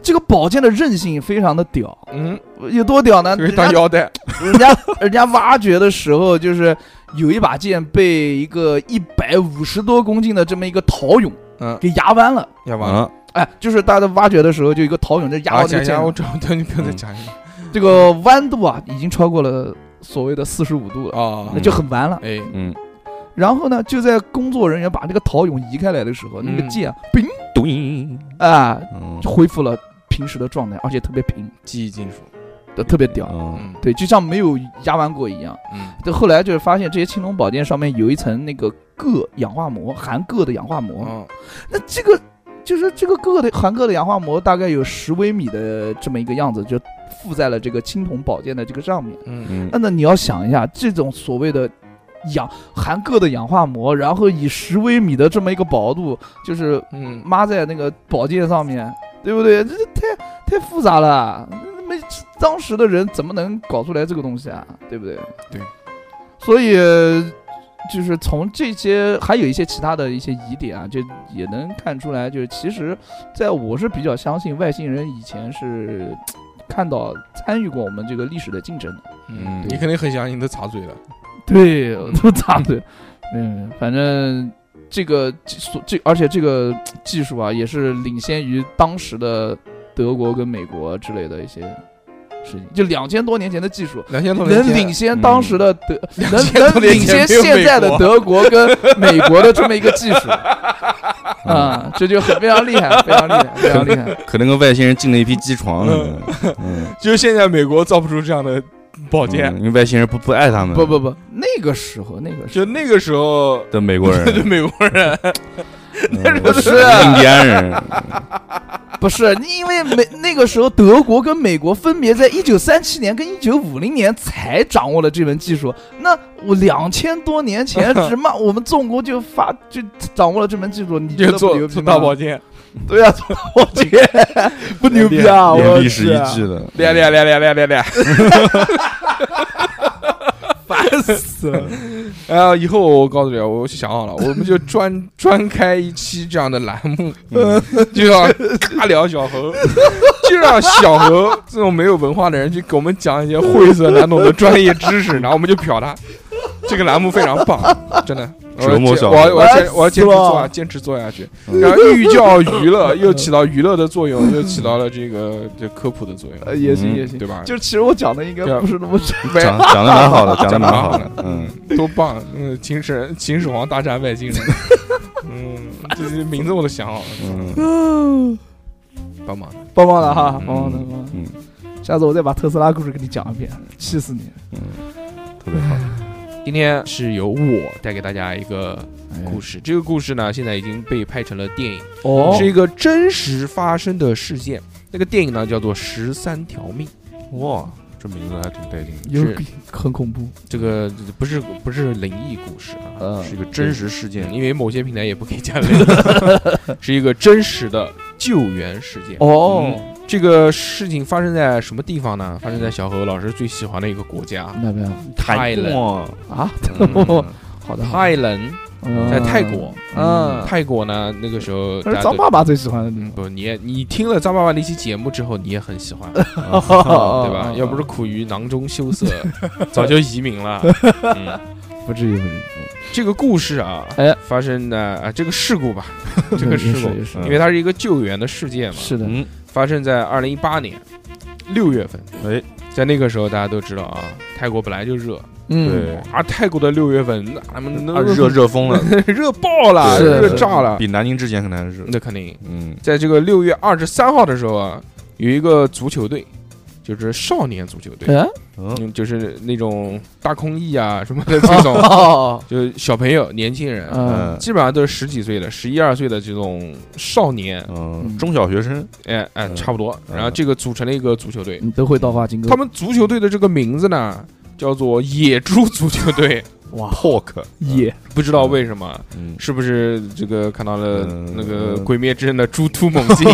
这个宝剑的韧性非常的屌，
嗯，
有多屌呢？
就是
人
当
家
腰带。
人家人家挖掘的时候，就是有一把剑被一个一百五十多公斤的这么一个陶俑
嗯，
给压弯了。
要吧。
啊，
哎，就是大家挖掘的时候，就一个陶俑就压
啊，
到
讲一
这个剑
下，
上，
我找不到，你不要再
嗯
讲一下
这个弯度啊，已经超过了所谓的四十五度了，
啊
那就很弯了。
哎，
嗯，
然后呢，就在工作人员把这个陶俑移开来的时候，那个
嗯
剑啊冰
咚，
啊
嗯
就恢复了平时的状态，而且特别平，
记忆金属，
呃特别屌。
嗯
嗯
对，就像没有压弯过一样。
嗯
对，后来就是发现这些青铜宝剑上面有一层那个铬氧化膜，含铬的氧化膜。
哦，
那这个就是这个铬的含铬的氧化膜大概有十微米的这么一个样子，就附在了这个青铜宝剑的这个上面。
嗯
嗯
那那你要想一下，这种所谓的氧含铬的氧化膜，然后以十微米的这么一个薄度，就是
嗯，
抹在那个宝剑上面，对不对？这这太太复杂了，没当时的人怎么能搞出来这个东西啊？对不对？
对，
所以就是从这些还有一些其他的一些疑点啊，就也能看出来，就是其实在我是比较相信外星人以前是。看到参与过我们这个历史的进程的，
嗯
嗯
你肯定很相信，你都插嘴了，
对，都咋对，嗯，反正这个技术，这而且这个技术啊，也是领先于当时的德国跟美国之类的一些事情，就两千多年前的技术。
两千多年
能
前
领先当时的德，能
2000多
能
年
领先
前没有
现
美
在的
国
德国跟美国的这么一个技 术啊，这就很非常厉害，非常厉害，非常厉
嗯
害。
可能跟外星人进了一批机床什么的，嗯，
就是现在美国造不出这样的宝剑，
嗯因为外星人不不爱他们，
不不不，那个时候那个时
就那个时候。
的美国 人，
对美国人，
嗯
不是
印第安人，
候不是，你因为美那个时候德国跟美国分别在一九三七年跟一九五零年才掌握了这门技术，那我两千多年前只嘛我们中国就发就掌握了这门技术，你
就
觉得不
做
牛逼
做
吗
大宝剑，
对啊呀、我这个不牛逼啊！
有
我
历史
去
依
啊
据的，嗯
练练练练练练练，
烦死了。
啊！以后我告诉你，我想好了，我们就专 专开一期这样的栏目，
嗯
就要尬聊小猴， 就让小猴这种没有文化的人去给我们讲一 些晦涩难懂的专业知识，然后我们就瞟他。这个栏目非常棒，真的，
水龙头效
我要
应
我要坚我要坚持
死了
做啊，坚持做下去。
嗯
然后寓教于乐，又起到娱乐的作用，又起到了这个这科普的作用，
呃，也行
嗯
也行。
对吧？
就是其实我讲的应该
对啊
不是那么准，
没
讲讲的蛮好的，讲的
讲得
蛮
蛮
好
好
的
的，
嗯，
多棒！嗯，秦始秦始皇大战外 星人，嗯，这些名字我都想好了，
嗯
嗯
帮忙。
棒棒的哈，
嗯
棒棒的，棒棒的。
嗯
下次我再把特斯拉故事给你讲一遍，气死你！
嗯，特别好，
今天是由我带给大家一个故
事
事，这个故事呢，现在已经被拍成了电影，
哦
是一个真实发生的事件。那个电影呢，叫做《十三条命》。
哇，这名字还挺带劲的。
有
是
比很恐怖，
这个不是不是灵异故事啊，
嗯
是一个真实事件，
因为某些平台也不给加雷， 是一个真实的救援事件。
哦，
这个事情发生在什么地方呢？发
嗯
生在小何老师最喜欢的一个国家
那边
泰
国
冷，
啊，
嗯
好的，
泰冷
嗯
在泰国，
嗯，
泰国呢，那个时候
那
大
是
家
张
都。
爸爸最喜欢的地
嗯，
方，
不，你也你听了张爸爸那期节目之后，你也很 喜欢，对
对
吧？要不是苦于囊中羞 涩，早就移民了。嗯
不至于不至于，
这个故事啊，
哎
发生的啊这个事故吧，这
也
个事
是也
故，
是
因为它是一个救援的事件嘛，
嗯是的，
嗯，
发生在二零一八年六月份，
哎，
在那个时候大家都知道啊，泰国本来就热，
嗯
对，
啊，泰国的六月份那他们
啊热热疯了，
热 爆了，
是
热炸了，
比南京之前可能还热。
那肯定。
嗯，
在这个六月二十三号的时候啊，有一个足球队，就是少年足球队，
哎，
嗯
嗯，就是那种大空翼啊什么 的这种，
哦，
就是小朋友、年轻人，
呃
嗯，
基本上都是十几岁的、十一二岁的这种少年，
嗯，中小学生，
哎哎，
嗯
差不多。
嗯
然后这个组成了一个足球队，
你都会倒挂金钩，
他们足球队的这个名字呢叫做野猪足球队，
哇
Pork，
野
不知道为什么。
嗯，
是不是这个看到了
嗯
那个
嗯
《鬼灭之刃》的猪突猛 进？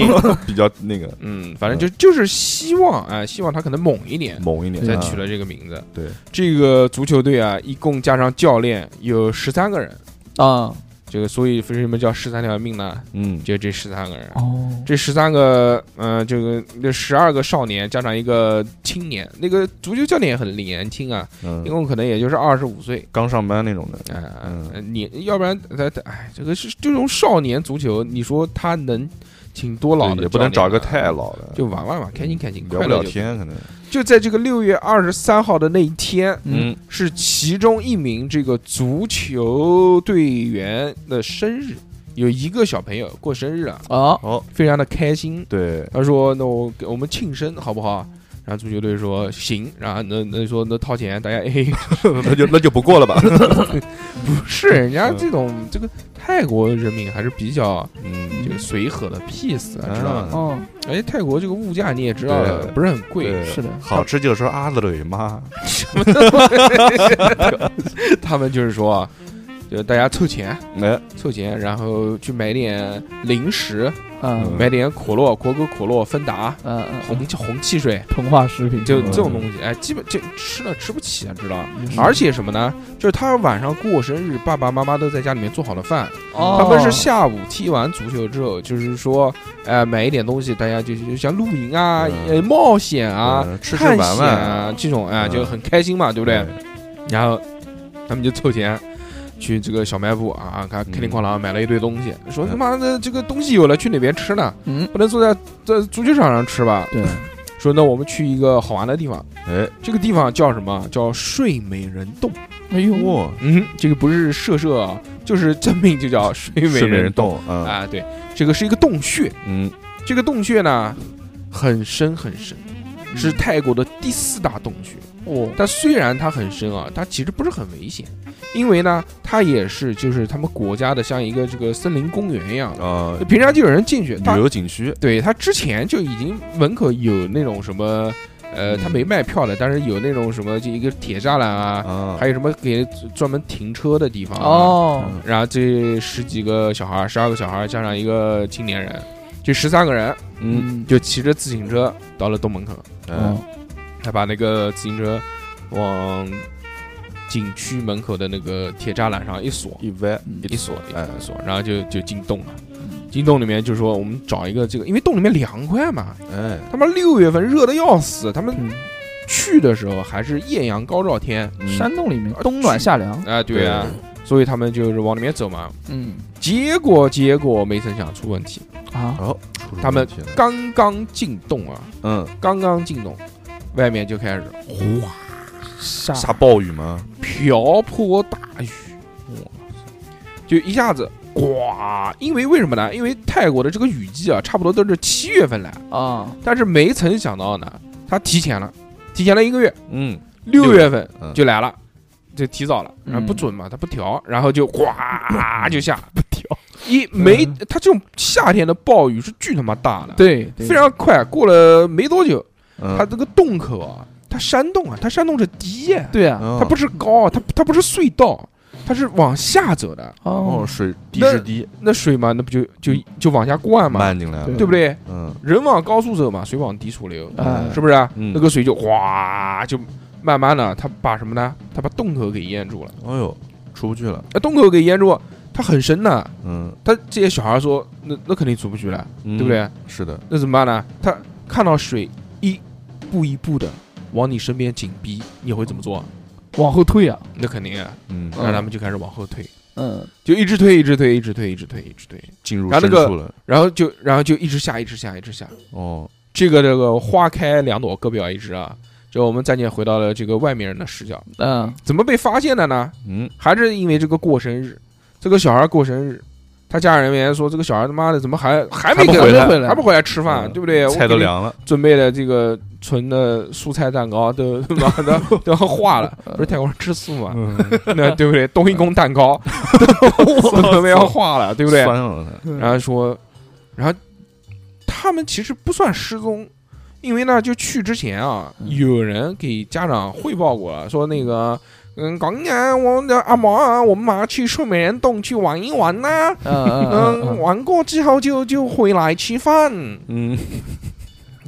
比较那个
嗯，反正就就是希望啊，希望他可能猛一点，
猛一点，
再
啊
取了这个名字。
对，
这个足球队啊，一共加上教练有十三个人，
啊，
这个所以为什么叫十三条命呢？
嗯，
就这十三个人，
哦，
这十三个，嗯，这个这十二个少年加上一个青年，那个足球教练也很年轻啊，
嗯
一共可能也就是二十五岁。
刚上班那种的，
啊、
嗯
呃你要不然他他哎，这个是这种少年足球，你说他能请多老的
也不能
教
找
练
一个
啊
太老的，
就玩玩嘛，开心开心，
聊
快
不
乐
了
就
天可能，
就在这个六月二十三号的那一天，
嗯，
是其中一名这个足球队员的生日，有一个小朋友过生日了，
啊，
哦，
非常的开心。
对，
他说：“那我给我们庆生好不好？”然后足球队说：“行。”然后那那说那掏钱，大家 A A。
那就那就不过了吧，
不是人家这种这个泰国人民还是比较
嗯，
这个随和的 peace 啊，
嗯
知道吗？
哦，
而且泰国这个物价你也知道的，
对
不是很贵。
对
是的
好吃就说阿德瑞 妈，
他们就是说啊，就大家凑钱，
哎，
凑钱，然后去买点零食，
嗯
买点可乐、可口可乐、芬达、
嗯嗯，
红红汽水，
膨化食品
就
嗯
这种东西，哎，基本就吃了吃不起啊，知道吧？
西
而且什么呢？就是他晚上过生日，爸爸妈妈都在家里面做好了饭，
他
他们是下午踢完足球之后，就是说，呃，买一点东西，大家就就像露营啊、
嗯
呃冒险啊、
嗯吃吃
探
玩
险啊
玩，
这种啊，
嗯
就很开心嘛，对
对
不对？？然后他们就凑钱去这个小卖部啊，看
嗯
叮哐啷买了一堆东西，说
嗯
他妈的这个东西有了去哪边吃呢？
嗯，
不能坐在在足球场上吃吧？
对，
说那我们去一个好玩的地方，
哎，
这个地方叫什么？叫睡美人洞。
哎呦，
哇，
嗯，这个不是射射啊，就是真名就叫睡美
睡美
人
人
洞
洞啊，
啊。对，这个是一个洞穴，
嗯，
这个洞穴呢很深很深，是泰国的第四大洞穴。
哦，
但虽然它很深啊，它其实不是很危险，因为呢，它也是就是他们国家的像一个这个森林公园一样的，
啊，
平常就有人进去。它
旅游景区，
对它之前就已经门口有那种什么，呃，它没卖票的，但是有那种什么就一个铁栅栏啊，
啊，
还有什么给专门停车的地方啊。
哦，
然后这十几个小孩儿，十二个小孩儿加上一个青年人，就十三个人，
嗯，
就骑着自行车到了洞门口。
哦
哎
他把那个自行车往景区门口的那个铁栅栏上一锁，
一歪，
嗯
一锁，
哎
一锁，然后就就进洞了。进洞里面就说我们找一个这个，因为洞里面凉快嘛，
哎，
他妈六月份热的要死，他们
嗯，
去的时候还是艳阳高照天，
嗯
山洞里面
啊
冬暖夏凉，
啊，对啊，所以他们就是往里面走嘛。
嗯
结果结果没成想出问题，
啊，
哦，出什么
他们
问题了
刚刚进洞啊，
嗯
刚刚进洞，外面就开始
下
下暴雨吗？
瓢泼大雨，哇，就一下子。哇！因为为什么呢？因为泰国的这个雨季啊，差不多都是七月份来，
啊，
但是没曾想到呢，它提前了，提前了一个月，
嗯，
六月份
嗯
就来了，就提早了，然后不
嗯
准嘛，它不调，然后就 哗就下，不
调，
一没
嗯
它这种夏天的暴雨是巨他妈大的，，
对，对
非常快，过了没多久，它
他
这个洞口啊，它山洞啊，它山洞是低啊，
对啊，
它
他
不是高，它它不是隧道，它是往下走的，
哦，
哦，
水滴
那
是滴，
那水嘛，那不就就就往下灌嘛，
漫进来了，
对
对不对？
嗯
人往高处走嘛，水往低处流，
啊
是不是啊？
嗯
那个水就哗就慢慢的，它把什么呢？它把洞口给淹住了。
哎呦，出不去了，
那洞口给淹住，它很深呐。
嗯，
他这些小孩说，那那肯定出不去了，
对
对不？啊对？
是的，
那怎么办呢？他看到水一步一步的往你身边紧逼，你会怎么做？
往后退啊，
那肯定啊，
嗯，
那他们就开始往后退，
嗯，
就一直推，一直推，一直推，一直推，一直推，
进入
然后
深
那个
处了，
然后就然后就一直下，一直下，一直下。
哦，
这个这个花开两朵，各表一枝啊。就我们暂且回到了这个外面人的视角，
嗯，
怎么被发现的呢？
嗯，
还是因为这个过生日，这个小孩过生日，他家人员说这个小孩他妈的怎么还还没
还不
给
回来
还不还不回来吃饭，
嗯
对不对？
菜都，凉了，
准备的这个纯的蔬菜蛋糕都 妈的都要化 了，
嗯
不是泰国人吃素嘛？
嗯，
那对不对？冬阴功蛋 糕都准备要化了，对不啊对？
酸了
然后说，然后他们其实不算失踪，因为呢，就去之前啊，
嗯
有人给家长汇报过了，说那个。嗯，刚刚我们的阿毛啊，我们马上去睡美人洞去玩一玩呐、
嗯嗯
嗯，
嗯
玩过之后就就回来吃饭。
嗯，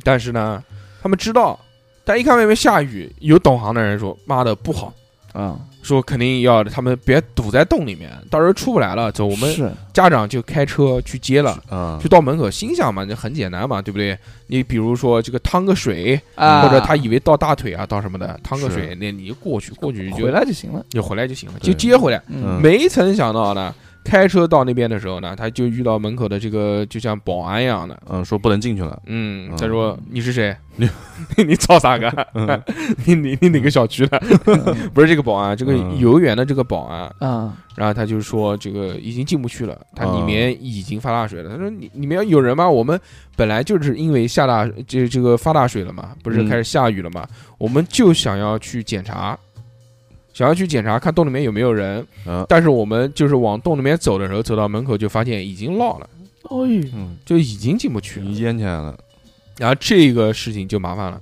但是呢，他们知道，但一看外面下雨，有懂行的人说：“妈的，不好，
嗯，
说肯定要他们别堵在洞里面，到时候出不来了。走，我
我
们
是
家长就开车去接了。”
啊
就，到门口，心想嘛，这很简单嘛，对不对？你比如说这个趟个水，
啊，
或者他以为到大腿啊，到什么的，趟个
是
水，那你就过去，过去就
回来就行了，
就回来就行了，就
对
接回来。
嗯
没曾想到呢，开车到那边的时候呢，他就遇到门口的这个就像保安一样的。
嗯，说不能进去了，
嗯，
嗯
他说你是谁？你 你找啥个？ 你你你哪个小区的？ 不是这个保安，这个
嗯
游园的这个保安，
啊，
然后他就说这个已经进不去了，它里
啊
面已经发大水了。他说你里面有人吗？我们本来就是因为下大这这个发大水了嘛，不是
嗯
开始下雨了嘛，我们就想要去检查，想要去检查看洞里面有没有人。
啊，
但是我们就是往洞里面走的时候，走到门口就发现已经涝了，
哎，
嗯，
就已经进不去了
你。淹起来了，
然后这个事情就麻烦了，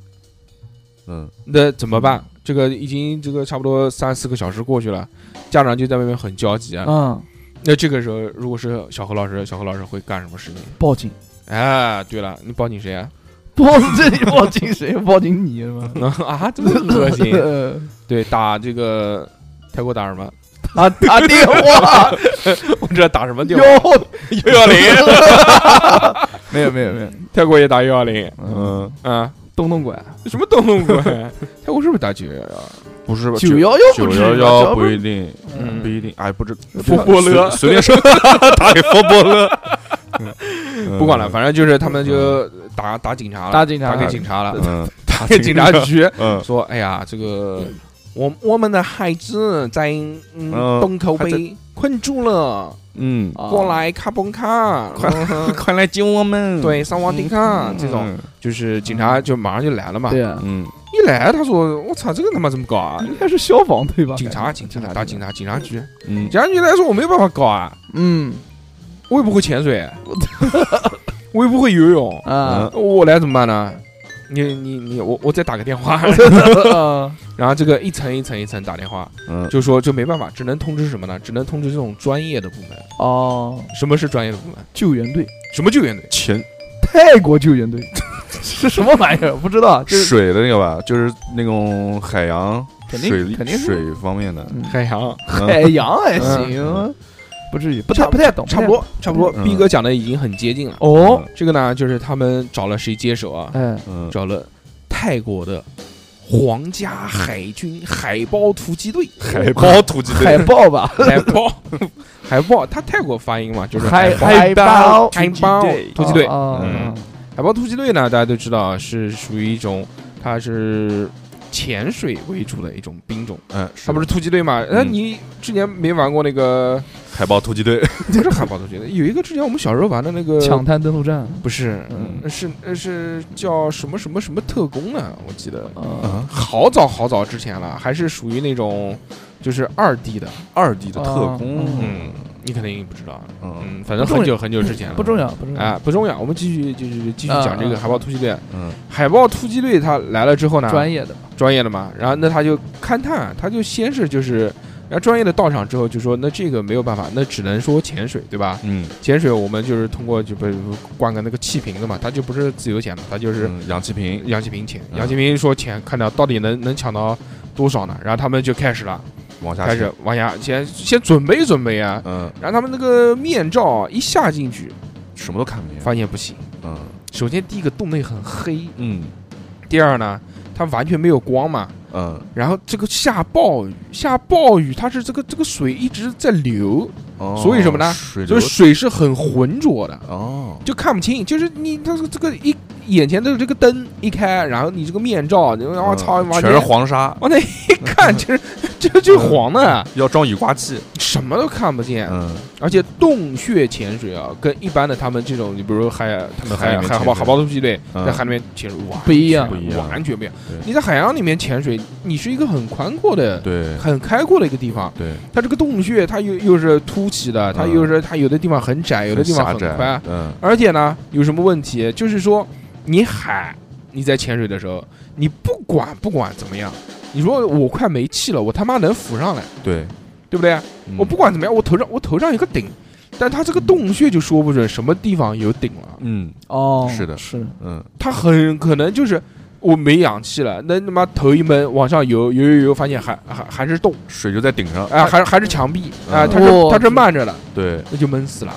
嗯，
那怎么办？这个已经这个差不多三四个小时过去了，家长就在外面很焦急啊。
嗯，
那这个时候，如果是小何老师，小何老师会干什么事情？
报警，
哎，对了，你报警谁啊？
报警这里报警谁？报警你是吗？！
啊，这么恶心
呃
对，打这个泰国打什么？
打打电话
我知道打什么电话？
哟，
幺幺零，
没有没有没有，
泰国也打幺幺零
嗯，
嗯，
啊？
东东拐
什么东东鬼？ 泰国是不是打九幺幺？
不是吧？
九幺幺
九
不
幺
至于吧
幺不一定，
嗯
不一定，哎，不知
不波勒
随随便说， 打给佛波勒，嗯
不管了，，反正就是他们就打打警察了，
打警察
打给警察了，
嗯
打给警察局，
嗯，
说哎呀，这个我我们的孩子在嗯
嗯
洞口
还在
被困住了，
嗯，
啊
过来卡崩卡，嗯
快 快来接我们，
对，上瓦迪卡这种，就是警察就马上就来了嘛。
对啊，
嗯，
一来他说：“我操，这个他妈怎么搞啊
应该是消防对吧？？”
警察，警察，打警察，警察局，
嗯
警察局来说我没办法搞啊，
嗯
我又不会潜 水，我又不会游泳，
嗯
啊，
我来怎么办呢？你你你，我我再打个电 话，
啊
然后这个一层一层一层打电话，
嗯，
就说这没办法，只能通知什么呢？只能通知这种专业的部门。
哦，
什么是专业的部门？
救援队，
什么救援队？
钱
泰国救援队 是什么玩意儿？不知道，就是
水的那个吧，就是那种海洋
肯定
水
肯定是
水方面的，
嗯
海洋，
海洋还
嗯
哎行，不至于，不太不太懂，
差不多，差不多。
嗯
逼哥讲的已经很接近了。
不太懂嗯哦，
这个呢，就是他们找了谁接手啊？
哎，
嗯，
找了泰国的皇家海军海豹突击队，
海豹突击
海
队，
豹吧，
海豹， 海豹，他泰国发音嘛，就是
海
豹
海豹
海豹突击队。哦
啊
嗯
海豹突击队呢，大家都知道啊是属于一种，它是潜水为主的一种兵种，
嗯，
它不是突击队嘛？那、
嗯
你之前没玩过那个？
海豹突击队，
不是海豹突击队，有一个之前我们小时候玩的那个，
抢滩登陆战，
不是，
嗯
是呃是叫什么什么什么特工呢？我记得
啊，
好早好早之前了，还是属于那种就是二 D 的，
二 D 的特工，
嗯，你肯定不知道，
嗯
嗯，反正很久很久之前了，
不重要，不重要，
啊，不重要，我们继续继续继续讲这个
嗯
海豹突击队。
嗯
海豹突击队他来了之后呢，
专业的，
专业的嘛，然后那他就勘探，他就先是就是，然后专业的到场之后就说，那这个没有办法，那只能说潜水，对吧？
嗯，
潜水我们就是通过就不灌个那个气瓶子嘛，他就不是自由潜了，他就是
嗯氧气瓶，
氧气瓶潜。
嗯
氧气瓶说潜，看到到底能能抢到多少呢？然后他们就开始了，
往下
开始
潜，
往下先先准备准备啊。
嗯，
然后他们那个面罩一下进去，
什么都看不见，
发现不行。
嗯
首先第一个洞内很黑，
嗯
第二呢，它完全没有光嘛，
嗯，
然后这个下暴雨，下暴雨，它是这个这个水一直在流，
哦
所以什么呢
水
所
流
以水是很浑浊的，
哦，
就看不清。就是你它这个这个一眼前的这个灯一开，然后你这个面罩，你我
嗯
哦操，往
全
前
是黄沙，
往那一 看，就是就就黄的，
要装雨刮器，
什么都看不见。
嗯，
而且洞穴潜水啊，跟一般的他们这种，你比如海，他们
海里
海
面
海
潜
豹
水
海豹突击队
嗯
在海里面潜水，哇，
不一样
不一样
完全不一样
对。
你在海洋里面潜水，你是一个很宽阔的、
对
很开阔的一个地方。
对，
它这个洞穴，它又又是凸起的，它
嗯
又是它有的地方很窄，有的地方
很
很啊
狭
宽
窄，。嗯
而且呢，有什么问题？就是说，你海你在潜水的时候，你不管不管怎么样，你说我快没气了，我他妈能浮上来，
对，
对不对？
嗯
我不管怎么样，我头上我头上有个顶，但它这个洞穴就说不准什么地方有顶了，
嗯
哦，
是的
是的，
嗯
它很可能就是我没氧气了，那他妈头一闷往上游游游游，发现还还还是洞，
水就在顶上，
啊、还还是墙壁啊、
嗯
它是
哇
它是慢着的，
对，
那就闷死了。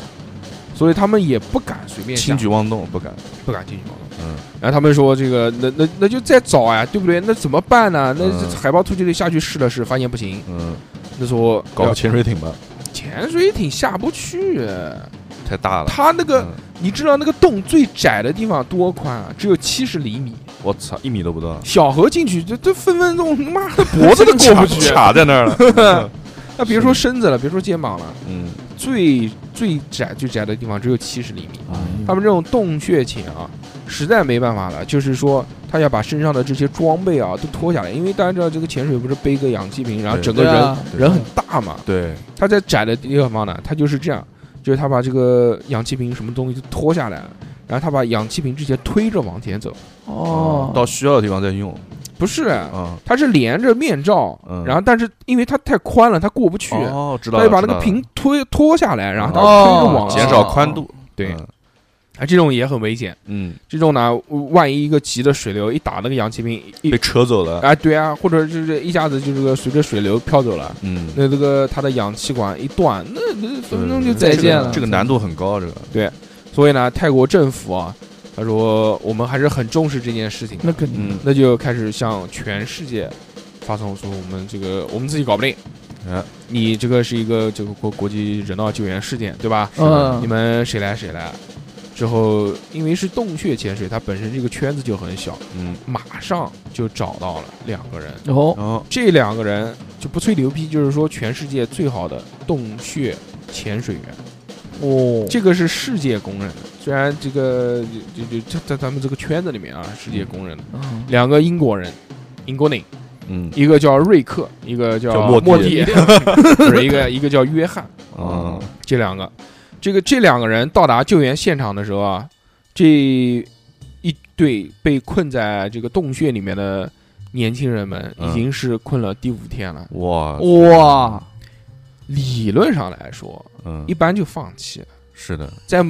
所以他们也不敢随便下
轻举妄动不敢，
不敢进去搞了
嗯
然后他们说这个，那那那就再找呀、对不对？那怎么办呢？那
嗯
海豹突击队下去试了试，发现不行。
嗯，
那说
搞个潜水艇吧，
潜水艇下不去，
太大了，
它那个、
嗯
你知道那个洞最窄的地方多宽啊？只有七十厘米。
我操，一米都不到，
小河进去，这这分分钟他妈的脖子都过 不去。
卡在那 儿了，
那别说身子了，别说肩膀了，
嗯
最最窄最窄的地方只有七十厘米。他
们
们这种洞穴潜啊，实在没办法了，就是说他要把身上的这些装备啊都脱下来，因为大家知道这个潜水不是背个氧气瓶，然后
对
整个
对
人、
啊，
对
人很大嘛，
对，
他在窄的地方呢，他就是这样，就是他把这个氧气瓶什么东西都脱下来，然后他把氧气瓶这些推着往前走，
哦，
嗯到需要的地方再用
不是，
啊，
他是连着面罩，
嗯
然后但是因因为它太宽了，它过不去。
哦，知道
他
了，
就把那
知道
个
了
瓶推脱下来，然后他
哦
推着往
减
前，
少宽度，
哦对，
嗯
啊，这种也很危险。
嗯，
这种呢，万一一个急的水流一打那个氧气瓶，一
被扯走了，
啊，对啊，或者就是一下子就是个随着水流飘走了，
嗯，
那这个它的氧气管一断，那那分分钟就
对
再
再见
见
了
了。
这个难度很高，这个
所以呢，泰国政府啊，他说我们还是很重视这件事情的，
那肯定
嗯，
那就开始向全世界发送说我们这个我们自己搞不定，
哎
你这个是一个这个国国际人道救援事件，对吧？
的
你
嗯，
们谁来谁来。之后，因为是洞穴潜水，它本身这个圈子就很小，
嗯，
马上就找到了两个人。
然后
然后
这两个人就不吹牛逼，就是说全世界最好的洞穴潜水员，
哦，
这个是世界公认的。虽然这个就就就在咱们这个圈子里面啊，世界公认的
嗯
两个英国人，英国人，
嗯
一个叫瑞克，一个叫
叫莫蒂
蒂， 不是一个一个叫约翰，
啊
这两个，这个这两个人到达救援现场的时候啊，这一对被困在这个洞穴里面的年轻人们
嗯
已经是困了第五天了。
哇
哇，
理论上来说，
嗯
一，般就放弃了。
是的，
在，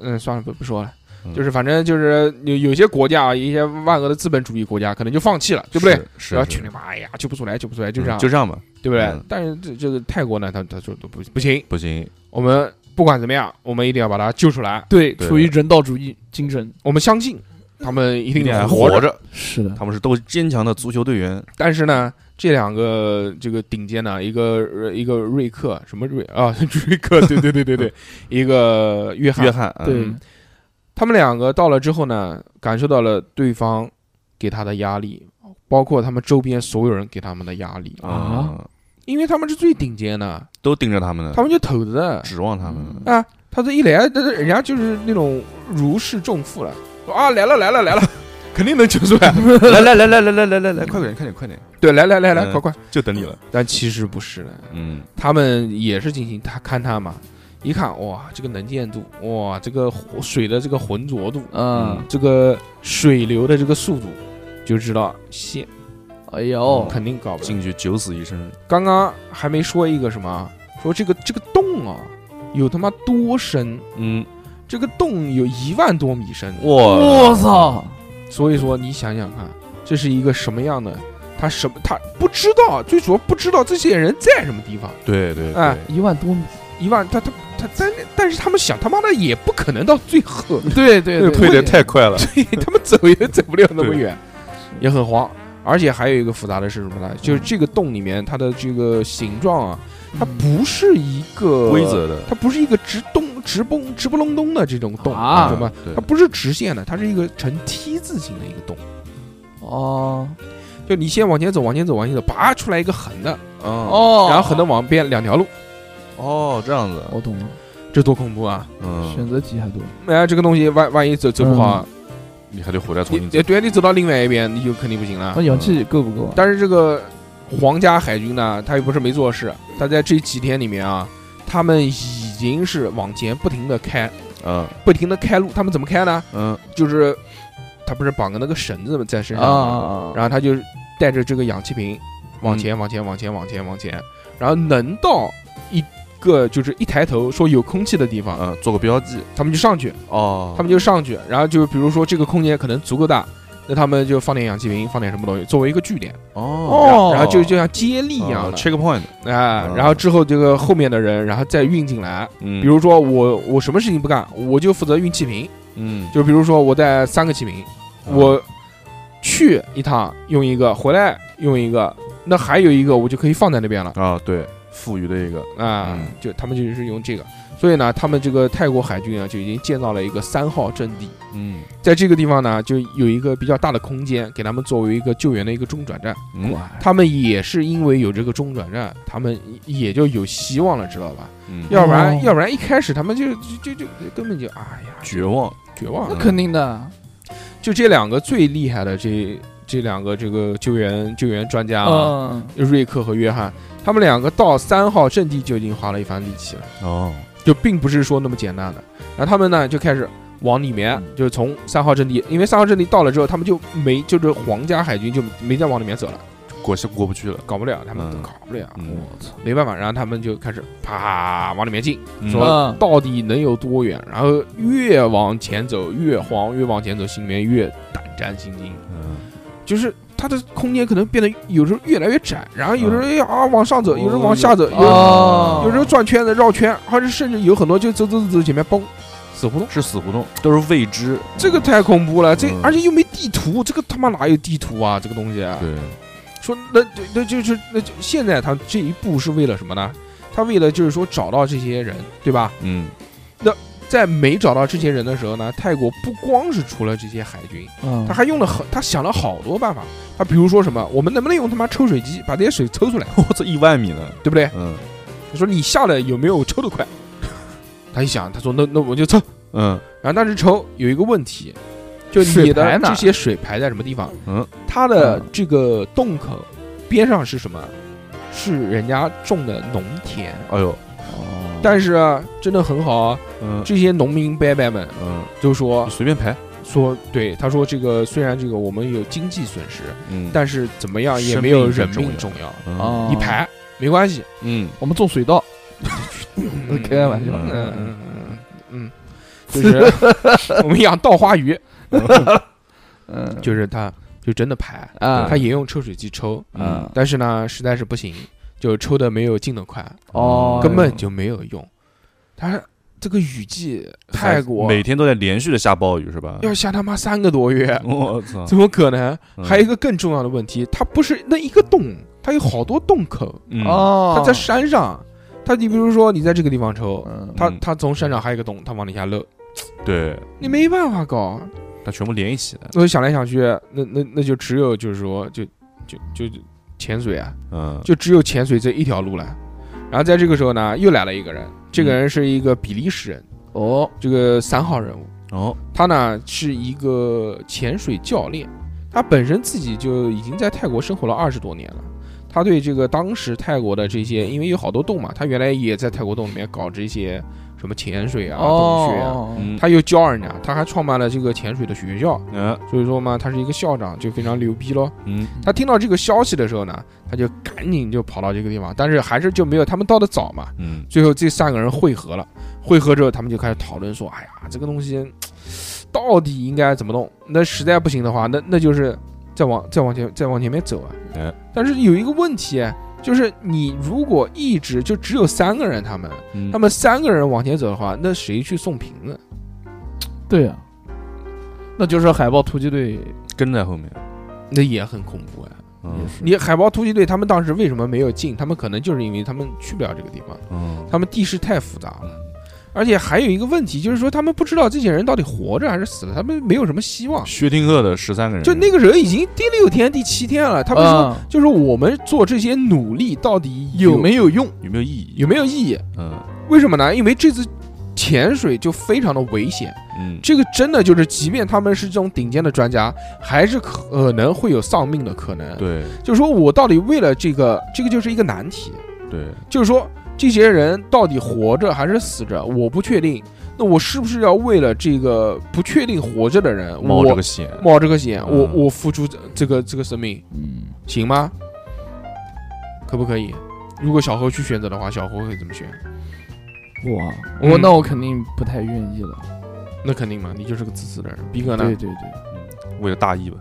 嗯，算了，不不说了
嗯。
就是反正就是有有些国家啊，一些万恶的资本主义国家可能就放弃了，对不对？
是？是
然后
是
去你妈哎呀，救不出来，救不出来，就
嗯
这样，
就这样吧，
对不对
嗯？
但是这这个泰国呢，他他说都不不行，
不行，
我们不管怎么样，我们一定要把他救出来。
对，
对
处于人道主义精神，
我们相信，他们一
一
定
定还
能
活
活着。
着，
是的，
他们是都是坚强的足球队员。
但是呢，这两个这个顶尖呢，一个呃一个瑞克，什么瑞啊， 瑞克，对对对对 对，一个约翰
约，翰，嗯
对
嗯，他们两个到了之后呢，感受到了对方给他的压力，包括他们周边所有人给他们的压力，
啊，
因为他们是最顶尖的，
都盯着他们呢，
他们就投的。
指望他们呢。
嗯
啊，他这一来，那人家就是那种如释重负了，说啊来了来了来了，肯定能救出来。
来来来来来来来来来，快点，快点，快点，
对，来来来来，
嗯
快快！
就等你了。
但其实不是的，
嗯，
他们也是进行他勘探嘛，一看哇，这个能见度，哇，这个火水的这个浑浊度，
嗯，
这个水流的这个速度，就知道现
哎
哦
呦，
肯定搞不了。
进去九死一生。
刚刚还没说一个什么啊，说这个这个洞啊，有他妈多深，
嗯，
这个洞有一万多米深，
哇，
我操，
所以说，你想想看，这是一个什么样的？他什么？他不知道，最主要不知道这些人在什么地方。
对对
哎
对，
一万多米，
一万，他他他，但但是他们想，他妈的也不可能到最后，
对对
这个退的太快了。
对他们走也走不了那么
对
远，也很慌。而且还有一个复杂的是什么呢？就是这个洞里面它的这个形状啊，
嗯
它不是一个
嗯规，则的
它不是一个直咚直蹦直不隆咚的这种洞
啊
什么？
对
它不是直线的，它是一个呈 T 字形的一个洞。
哦
就你先往前走，往前走，往前走，拔出来一个横的，
哦
哦，
然后横的往边两条路，
哦，这样子，
我懂了，
这多恐怖啊！
选
嗯，
择题还多，
哎呀，这个东西万万一走走不好，啊
你还得回来重
你
新走。
对你走到另外一边，你就肯定不行了
那。氧气够不够啊？
但是这个皇家海军呢，他又不是没做事，他在这几天里面啊，他们已经是往前不停的开，
嗯
不停的开路。他们怎么开呢？
嗯，
就是他不是绑个那个绳子在身
啊
上
啊
吗，
啊，嗯
然后他就带着这个氧气瓶往前往前往前往前往前，然后能到一个就是一抬头说有空气的地方，
嗯，做个标记
他们就上去，
哦。
他们就上去，然后就比如说这个空间可能足够大，那他们就放点氧气瓶，放点什么东西作为一个据点，
哦，啊
然后就就像接力一
一
样的，
checkpoint，
哎，
嗯
然后之后这个后面的人，然后再运进来。
嗯，
比如说我我什么事情不干，我就负责运气瓶，
嗯，啊
就比如说我带三个气瓶，
哦
我去一趟用一个，回来用一个，那还有一个我就可以放在那边了
啊，对，富裕的一个
啊、
嗯
就他们就是用这个，所以呢，他们这个泰国海军啊就已经建造了一个三号阵地，
嗯
在这个地方呢就有一个比较大的空间，给他们作为一个救援的一个中转站。
嗯
他们也是因为有这个中转站，他们也就有希望了，知道吧？
嗯，
要不然
哦
要不然一开始他们就就就就根本就哎呀
绝望，
绝望
那
了。
肯定的，
就这两个最厉害的这这两个这个救援救援专家、啊，
嗯，
瑞克和约翰，他们两个到三号阵地就已经花了一番力气了，
哦，
就并不是说那么简单的。然后他们呢就开始往里面，就是从三号阵地，因为三号阵地到了之后，他们就没就是皇家海军就没再往里面走了，
过是过不去了，
搞不了，他们都
嗯
搞不了，
嗯
我操，
没办法。然后他们就开始啪往里面进，
说
嗯
到底能有多远？然后越往前走越慌，越往前走心里面越胆战心惊。
嗯
就是它的空间可能变得有时候越来越窄，然后有时候哎呀啊往上走，有时候往下走，有时候
哦
嗯有时候转圈子绕圈，还是甚至有很多就走走走走前面嘣死胡同，
是死胡同，都是未知，
这个太恐怖了，这
嗯
而且又没地图，这个他妈哪有地图啊？这个东西，
对，
说那就那就是那就现在他这一步是为了什么呢？他为了就是说找到这些人，对吧？
嗯
在没找到这些人的时候呢，泰国不光是除了这些海军，
嗯
他还用了很，他想了好多办法。他比如说什么，我们能不能用他妈抽水机把这些水抽出来，
我操，一万米呢，
对不对？
嗯
他说你下来有没有抽得快？ 他一想，他说那那我就抽。
嗯
然后当时抽有一个问题，就你
水
的
排哪
这些水排在什么地方？
嗯，
它的
嗯
这个洞口边上是什么？是人家种的农田，
哎呦，
哦
但是啊，真的很好啊。
嗯
这些农民伯伯们
嗯，
就说
你随便排，
说，对他说这个虽然这个我们有经济损失，
嗯
但是怎么样也
生
没有
命
人
更
命重
重
要。
嗯
哦
你排没关系，
嗯，
我们种水稻，开玩笑
嗯
嗯
嗯嗯嗯，就是 我们养稻花鱼，
嗯，
就是嗯他就真的排，
啊，
他也用抽水机抽，
嗯
但是呢实在是不行，就抽的没有进的快，
哦，
根本就没有用。他这个雨季泰国
每天都在连续的下暴雨是吧？
要下他妈三个多月，
我操！
怎么可能？
嗯
还有一个更重要的问题，它不是那一个洞，它有好多洞口。
嗯，
哦，
它在山上，它你比如说你在这个地方抽，
嗯，
它
嗯
它从山上还有一个洞，它往底下漏，
对，
你没办法搞。
它全部连一起的，
我想来想去，那那那就只有就是说，就就就就潜水啊，
嗯，
就只有潜水这一条路了。然后在这个时候呢，又来了一个人，这个
嗯
人是一个比利时人，
哦，
这个三号人物，
哦，
他呢是一个潜水教练，他本身自己就已经在泰国生活了二十多年了。他对这个当时泰国的这些，因为有好多洞嘛，他原来也在泰国洞里面搞这些什么潜水啊、洞穴啊，
哦，
嗯，
他又教人家，他还创办了这个潜水的学校，
嗯
所以说嘛，他是一个校长，就非常牛逼咯。
嗯，
他听到这个消息的时候呢，他就赶紧就跑到这个地方，但是还是就没有他们到的早嘛。
嗯，
最后这三个人汇合了，汇合之后，他们就开始讨论说：“哎呀，这个东西嘖到底应该怎么弄？那实在不行的话，那那就是再往再往前再往前面走啊
哎。”
但是有一个问题，就是你如果一直就只有三个人，他们
嗯
他们三个人往前走的话，那谁去送瓶子？
对啊，那就是海豹突击队
跟在后面，
那也很恐怖啊！
嗯
也是，
你海豹突击队他们当时为什么没有进？他们可能就是因为他们去不了这个地方，
嗯，
他们地势太复杂了。
嗯
而且还有一个问题，就是说他们不知道这些人到底活着还是死了，他们没有什么希望。
薛定谔的十三个人，
就那个人已经第六天、第七天了，他们说，
嗯
就是我们做这些努力到底
有
没
没有用？
有没有意义？
有没有意义？
嗯
为什么呢？因为这次潜水就非常的危险，
嗯，
这个真的就是，即便他们是这种顶尖的专家，还是可呃能会有丧命的可能。，
对
就是说我到底为了这个，这个就是一个难题。
对，
就是说这些人到底活着还是死着，我不确定。那我是不是要为了这个不确定活着的人，
冒
我
这个险，
冒这个险，
嗯
我我付出这这个这个生命，
嗯，
行吗？可不可以？如果小何去选择的话，小何会怎么选？
哇，我
嗯
那我肯定不太愿意了。
那肯定嘛，你就是个自私的人。逼哥呢
对？对对，
嗯为了大义吧。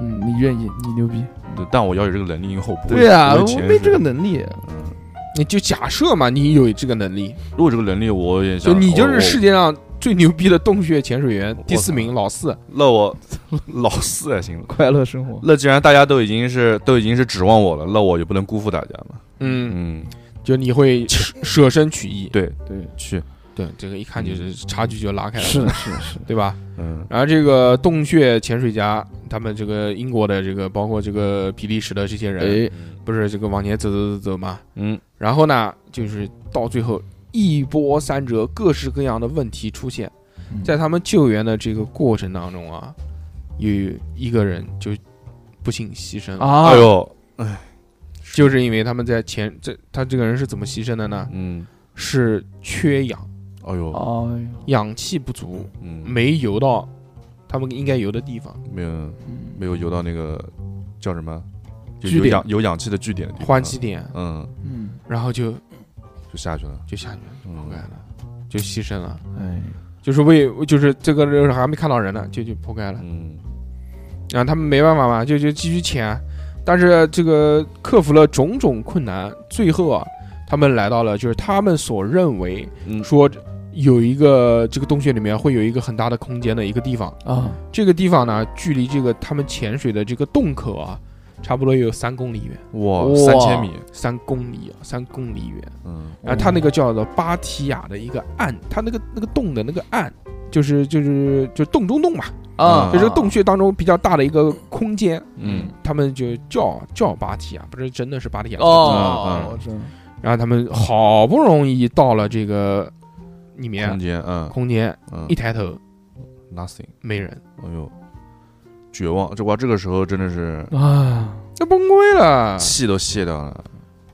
嗯，你愿意，你牛逼。
对，但我要有这个能力以后，我不会
对啊，
不会
我
潜
没
水
这个能力。
嗯
你就假设嘛，你有这个能力，
如果这个能力我也
就
想，哦
你就是
我
世，界上最牛逼的洞穴潜水员第四名老四。
我 那我老四也行了。
快乐生活，
那既然大家都已经是都已经是指望我了，那我也不能辜负大家嘛。
嗯，
嗯，
就你会 舍舍身取义。嗯
对，
对，
去，
对，这个一看就是差距就拉开了，
是的是的 是的，
对吧？
嗯
然后这个洞穴潜水家，他们这个英国的这个，包括这个比利时的这些人，
哎，
不是这个往前走走走走嘛？
嗯
然后呢，就是到最后一波三折，各式各样的问题出现
嗯
在他们救援的这个过程当中啊，有一个人就不幸牺牲了，
啊，
哎呦，
就是因为他们在前这他这个人是怎么牺牲的呢？
嗯，
是缺氧，
哎呦，
哎呦，
氧气不足，
嗯，
哦没游到他们应该游的地方，
没有
嗯
没有游到那个叫什么，就
据
有
点
氧有氧气的据点的地方，
换气，点，
嗯，
嗯，
然后就
就下去了，
就下去了。
嗯
不干，了，就牺牲了，
哎，
就是为就是这个人还没看到人呢，就就破盖了。
嗯
然后他们没办法嘛，就就继续潜，但是这个克服了种种困难，最后啊，他们来到了就是他们所认为
嗯，
说有一个这个洞穴里面会有一个很大的空间的一个地方，
啊，
这个地方呢，距离这个他们潜水的这个洞口啊，差不多有三公里远，
哇，
哇
三千米，
三公里啊，三公里远。
嗯
啊
然啊后它那个叫做巴提亚的一个岸，它那个那个洞的那个岸，就是就是就是洞中洞嘛，
啊，
就是洞穴当中比较大的一个空间，
嗯
他们就叫叫巴提亚，不是真的是巴提亚。
哦，
嗯
我知道，
然后他们好不容易到了这个里
空
面
间，嗯
空间，
嗯
一抬头
nothing，
没人，
哎呦，绝望，这哇，这个时候真的是
啊，
那崩溃了，
气都泄掉了，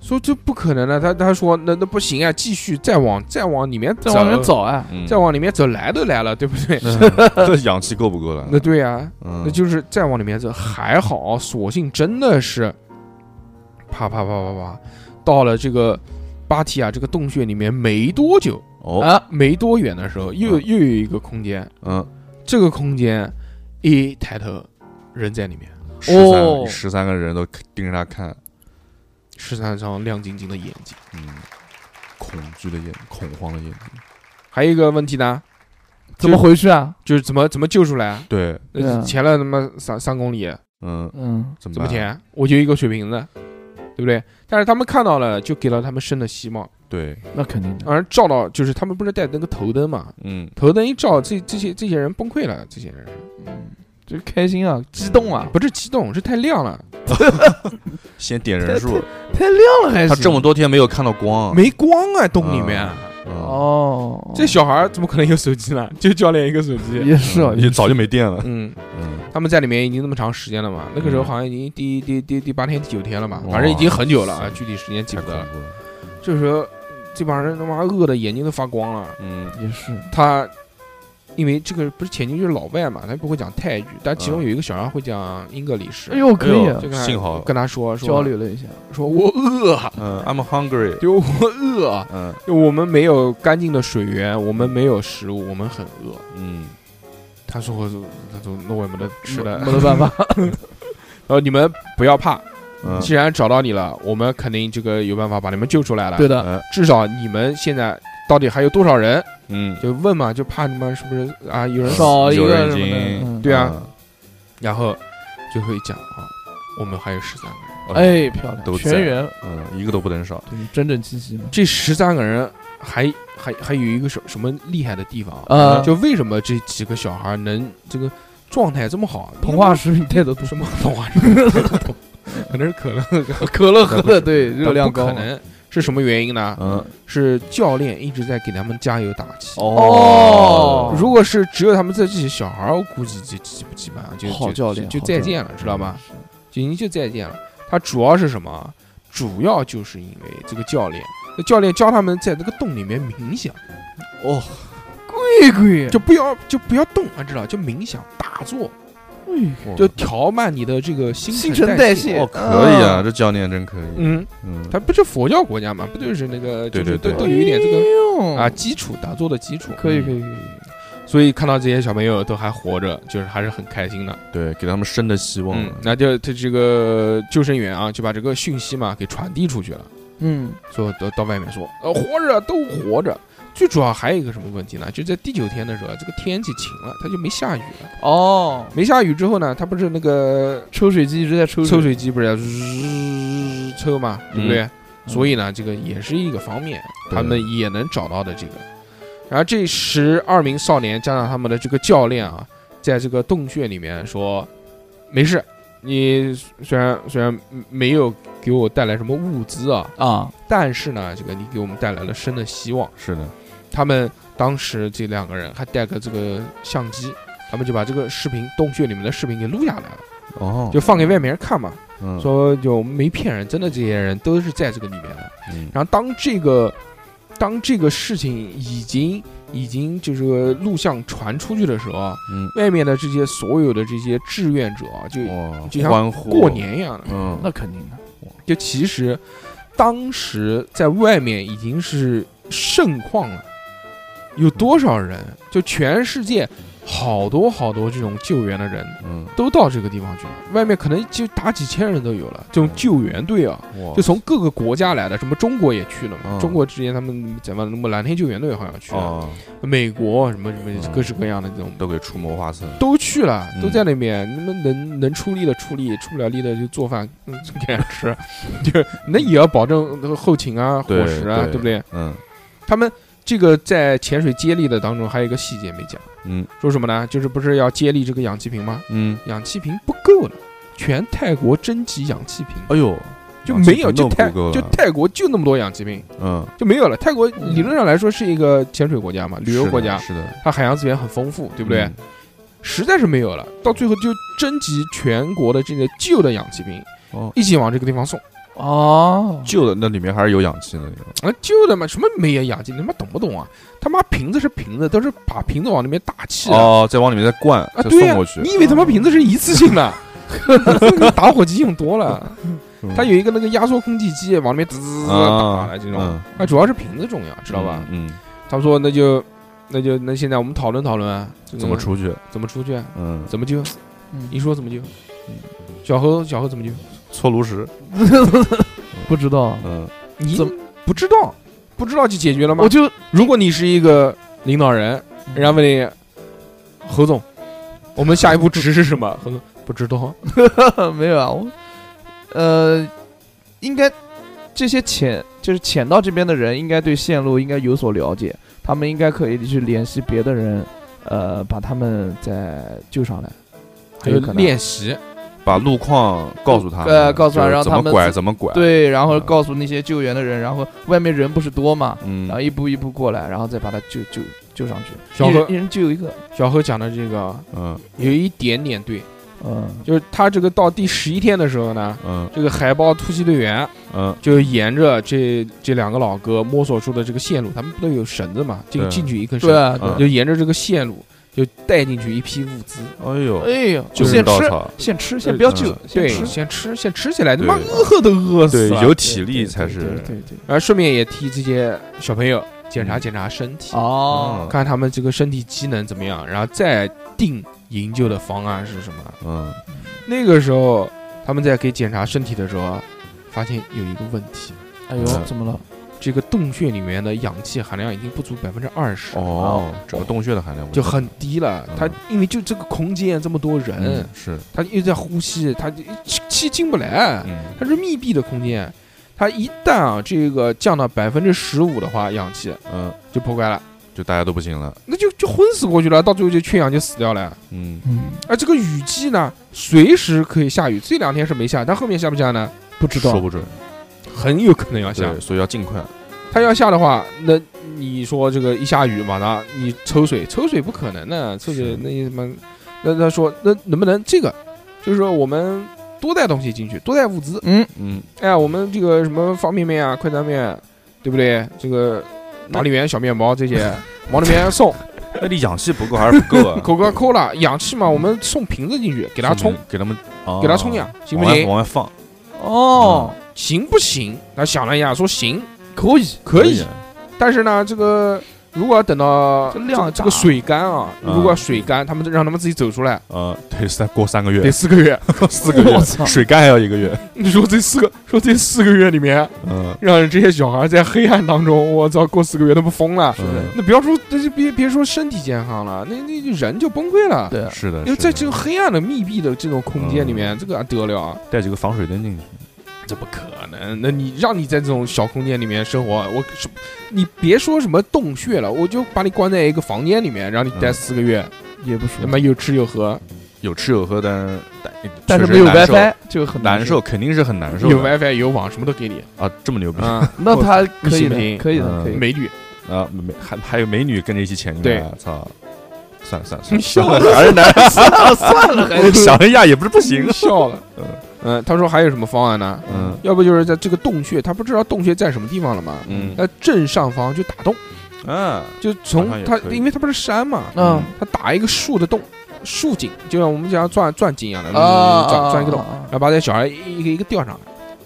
说这不可能的。他他说那那不行啊，继续再往再往里面
再往前，走啊，
嗯
再往里面走，来都来了，对不对？
这氧气够不够了？
那对啊呀。
嗯
那就是再往里面走，还好，索性真的是，啪啪啪啪啪，到了这个巴提亚这个洞穴里面没多久，
哦，
啊，
没多远的时候，又又有一个空间，
嗯，
这个空间一抬头，人在里面，
十三
哦
十三个人都盯着他看，
十三双亮晶晶的眼睛，
嗯，恐惧的眼，恐慌的眼睛，
还有一个问题呢，
怎么回去啊？
就是怎么怎么救出来啊？
对，
对啊
潜了他妈三三公里，
嗯，
嗯，
怎么
怎么
办？
潜？我就一个水瓶子，对不对？但是他们看到了，就给了他们生的希望。
对，
那肯定的。
而照到就是他们不是带那个头灯嘛？
嗯，
头灯一照，这这些这些人崩溃了，这些人
就开心啊，激动啊，
不是激动，是太亮了，
先点人数，
太亮了还是
他这么多天没有看到光，
没光啊，洞里面。
嗯，
哦，
这小孩儿怎么可能有手机呢？就教练一个手机。
也是啊，
也早就没电了，
嗯，
嗯，
他们在里面已经那么长时间了嘛？那个时候好像已经第第第第八天、第九天了吧，
哇
反正已经很久了啊，具体时间记
太
不
恐
得了。
怖了，
这时候这帮人他妈饿的眼睛都发光了。
嗯，
也是，
他因为这个不是前进就是老外嘛，他不会讲泰语，但
嗯
其中有一个小孩会讲英格里什
哎。呦，可以啊
就跟他
幸好
跟他说说
交流了一下，
说我饿，
嗯，I'm hungry，
就我饿，啊
嗯
就我们没有干净的水源，我们没有食物，我们很饿。
嗯，
他说我他说那我也没得吃的，
没没得办法，
然后你们不要怕，
嗯
既然找到你了，我们肯定这个有办法把你们救出来了。
对，的，
哎
至少你们现在到底还有多少人？
嗯，
就问嘛，就怕你们是不是啊有人
少一
有
个
人
什
已
么的
经
嗯，
对啊，然后就会讲啊，我们还有十三个人，
嗯，
哎，漂亮，
都
全
在
员
嗯，一个都不能少，
就是整整齐齐嘛，
这十三个人还还还有一个什什么厉害的地方
啊
就为什么这几个小孩能这个状态这么好？
膨化食品太多多，
什 么膨化食？可能是可乐，
可乐喝的对
但
热量高啊
不可，能是什么原因呢？
嗯，
是教练一直在给他们加油打气。
哦
如果是只有他们自己小孩儿，我估计就基基本上就
好
就
教练
就
好
就再
教
见了，知道吧？？就已经就再见了。他主要是什么？主要就是因为这个教练，那教练教他们在这个洞里面冥想，
哦，
贵贵，
嗯就不要就不要动，啊，知道？就冥想打坐，
哦
就调慢你的这个新
新陈代
代
谢
哦，可以啊，这教练真可以，
嗯，
嗯，
他不是佛教国家嘛，不就是那个就
对
是
对
都
对
都有一点这个
个
啊，基础打坐的基础。
哎嗯可以可以可以，
所以看到这些小朋友都还活着，就是还是很开心的。
对，给他们生的希望，啊
嗯，那就他这个救生员啊，就把这个讯息嘛给传递出去了，
嗯，
说到到外面说，呃，活着都活着。最主要还有一个什么问题呢？就在第九天的时候，啊这个天气晴了，它就没下雨了。
哦，
没下雨之后呢，它不是那个
抽水机一直在抽
抽，水机不是要日抽嘛，对不对？所以呢，这个也是一个方面，
嗯对
他们也能找到的这个。然后这十二名少年加上他们的这个教练啊，在这个洞穴里面说，没事，你虽然虽然没有给我带来什么物资啊，
啊，
但是呢，这个你给我们带来了生的希望。
是的，
他们当时这两个人还带个这个相机，他们就把这个视频洞穴里面的视频给录下来了，
哦，
就放给外面人看嘛，
嗯
说就没骗人，真的这些人都是在这个里面的。
嗯
然后当这个当这个事情已经已经就是个录像传出去的时候啊，
嗯，
外面的这些所有的这些志愿者啊，就
哇
就像
哦欢呼
过，年一样的，
嗯，
那肯定的，
就其实当时在外面已经是盛况了，有多少人？就全世界好多好多这种救援的人
嗯，
都到这个地方去了，外面可能就打几千人都有了，这种
嗯
救援队啊，
哇
就从各个国家来的，什么中国也去了嘛。
嗯
中国之前他们怎么什么蓝天救援队好像去了，
哦，
美国什么什么
嗯
各式各样的这种、
都给出谋划策，
都去了，
嗯
都在那边。你们能能出力的出力，出不了力的就做饭、嗯、给人 吃，就是那也要保证那个后勤啊、
对
伙食啊，
对
对不对？
嗯
他们这个在潜水接力的当中还有一个细节没讲，
嗯
说什么呢？就是不是要接力这个氧气瓶吗？
嗯，
氧气瓶不够了。全泰国征集氧气瓶，
哎呦，
就没有，
氧气
就
瓶都
泰
不够了啊
就泰国就那么多氧气瓶，
嗯，
就没有了。泰国理论上来说是一个潜水国家嘛，旅游
是的嗯
国家，
是的，
它海洋资源很丰富，对
对
不对？？实在是没有了，到最后就征集全国的这个旧的氧气瓶，
哦
一起往这个地方送。
哦，
旧的那里面还是有氧气的，那个
啊，旧的嘛，什么没有氧气，你他妈懂不懂啊？他妈瓶子是瓶子，都是把瓶子往里面打气的。
哦，再往里面再灌，
啊，
再
对呀、
送过去，
你以为他妈瓶子是一次性的？ 打火机用多了，
嗯
它有一个那个压缩空气机，往里面滋滋滋打
啊
了这种
嗯。
它主要是瓶子重要，知道吧？
嗯，
他说那就那就那现在我们讨论讨论啊，这
嗯
个
怎么出去？
怎么出去啊，
嗯，
怎么救？你
嗯，
说怎么救？小何小何怎么救？
搓炉石，
不知道，
嗯，
你
怎
不知道？不知道就解决了吗
我？就嗯
如果你是一个领导人，人家问你，何总，我们下一步指示是什 么？何总不知道，
没有啊，我呃，应该这些潜就是潜到这边的人，应该对线路应该有所了解，他们应该可以去联系别的人，呃，把他们再救上来，
还
很
有
可能。
练习，
把路况告诉他们，
呃告诉他
就是
让
怎
他
么
们
拐
自
怎么拐，，
对，然后
嗯
告诉那些救援的人，然后外面人不是多嘛，
嗯
然后，一步一步过来，然后再把他救救救上去，
小
一人
何
一人救一个，
小何讲的这个
嗯
有一点点对，
嗯
就是他这个到第十一天的时候呢，
嗯
这个海豹突击队员
嗯
就沿着这这两个老哥摸索出的这个线路，他们不都有绳子嘛，进
对
进去一根绳
对
子，
啊，对啊
嗯
就沿着这个线路就带进去一批物资，
哎呦，
哎呦，
救命
现
稻
吃，
草，
现吃，先不要救
嗯，
先
对，
吃，
先吃先吃起来，他妈
对
饿都饿
对
死，了，
有体
对
力
对
才
对对
是
对对，
然后顺便也替这些小朋友检
嗯
查检查身体，
哦，
看他们这个身体机能怎么样，然后再定营救的方案是什么。
嗯，
那个时候他们在给检查身体的时候啊，发现有一个问题，
哎呦，怎么了？
这个洞穴里面的氧气含量已经不足百分之二十，
哦，整个洞穴的含量不
就
错
很低了。
嗯
他因为就这个空间啊这么多人
嗯，是，
他又在呼吸，他就气气进不来，
嗯
它是密闭的空间。它一旦啊这个降到百分之十五的话，氧气
嗯，
就破坏了。
就大家都不行了，
那就就昏死过去了，到最后就缺氧就死掉了。
嗯
嗯，
而这个雨季呢，随时可以下雨，这两天是没下，但后面下不下呢？
不知
说
道，
不准，
很有可能要下
对，。所以要尽快，
它要下的话，那你说这个一下雨，马上你抽水，抽水不可能的，抽水
是
那什么，那他说那能不能这个，就是说我们多带东西进去，多带物资，
嗯，
嗯
哎呀，我们这个什么方便面啊、快餐面，对不对？这个打里面小面包这些往里面送
那你氧气不够还是不够啊？
，Coca Cola 氧气嘛，我们送瓶子进去，给
给
它冲，，
给他们，
给它
哦
冲氧，行不
往外
行？
往外放，
哦，
行不行？他想了一下，说行，
可以，
可以。但是呢，这个如果要等到
这量
这个
大
水干啊，
嗯
如果要水干，他们让他们自己走出来，
呃，得三过三个
得
月，
四个月。
四个 月
我操，
水干还要一个月，
你说这四个，说这四个月里面，
嗯，
让这些小孩在黑暗当中，我操，过四个月他不疯了？
嗯
那不要说，那就别别说身体健康了，那那人就崩溃了。，
对啊，
是的，
因为
是
在
的
这个黑暗的密闭的这种空间里面，这个得了啊？
带几个防水灯进去，
这不可能。那你让你在这种小空间里面生活，我是你别说什么洞穴了，我就把你关在一个房间里面，让你待
嗯
四个月，
也不熟
他，妈又吃又喝，
有吃有喝，但是
但是
确
没
实
有
难受
WiFi 就很
难受，。肯定是很难受
有
的
WiFi 有网，什么都给你
啊，这么牛逼
啊。
那他
你
可以
信不信
的，可以的，
嗯
可以的。
美女，
啊！美还还有美女跟着一起潜进来，操！算了算了算
你
了，
笑 了，
还是难
算了算了，还是
想一下也不是不行
笑了
嗯。
嗯，他说还有什么方案呢？
嗯
要不就是在这个洞穴，他不知道洞穴在什么地方了吗？
嗯
那正上方就打洞。
啊，
就
好像
从
也
它，
可以
因为它不是山嘛，
嗯
它打一个树的洞，树井，就像我们讲钻钻井一样的，
啊，
钻嗯钻一个洞，
啊，
然后把这小孩一个一个吊上来。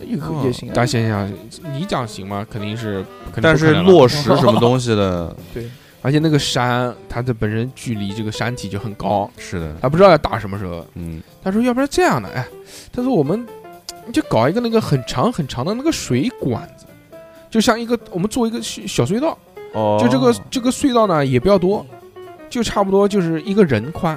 一个也行啊，
大家想想，你讲行吗？肯定是，肯定
但
不
是
可能了
落实什么东西 的，
而且那个山，它的本身距离这个山体就很高，
是的，
他不知道要打什么时候。
嗯，
他说，要不然这样的，哎，他说我们就搞一个那个很长很长的那个水管子，就像一个我们做一个小小隧道，
哦，
就这个这个隧道呢也不要多，就差不多就是一个人宽，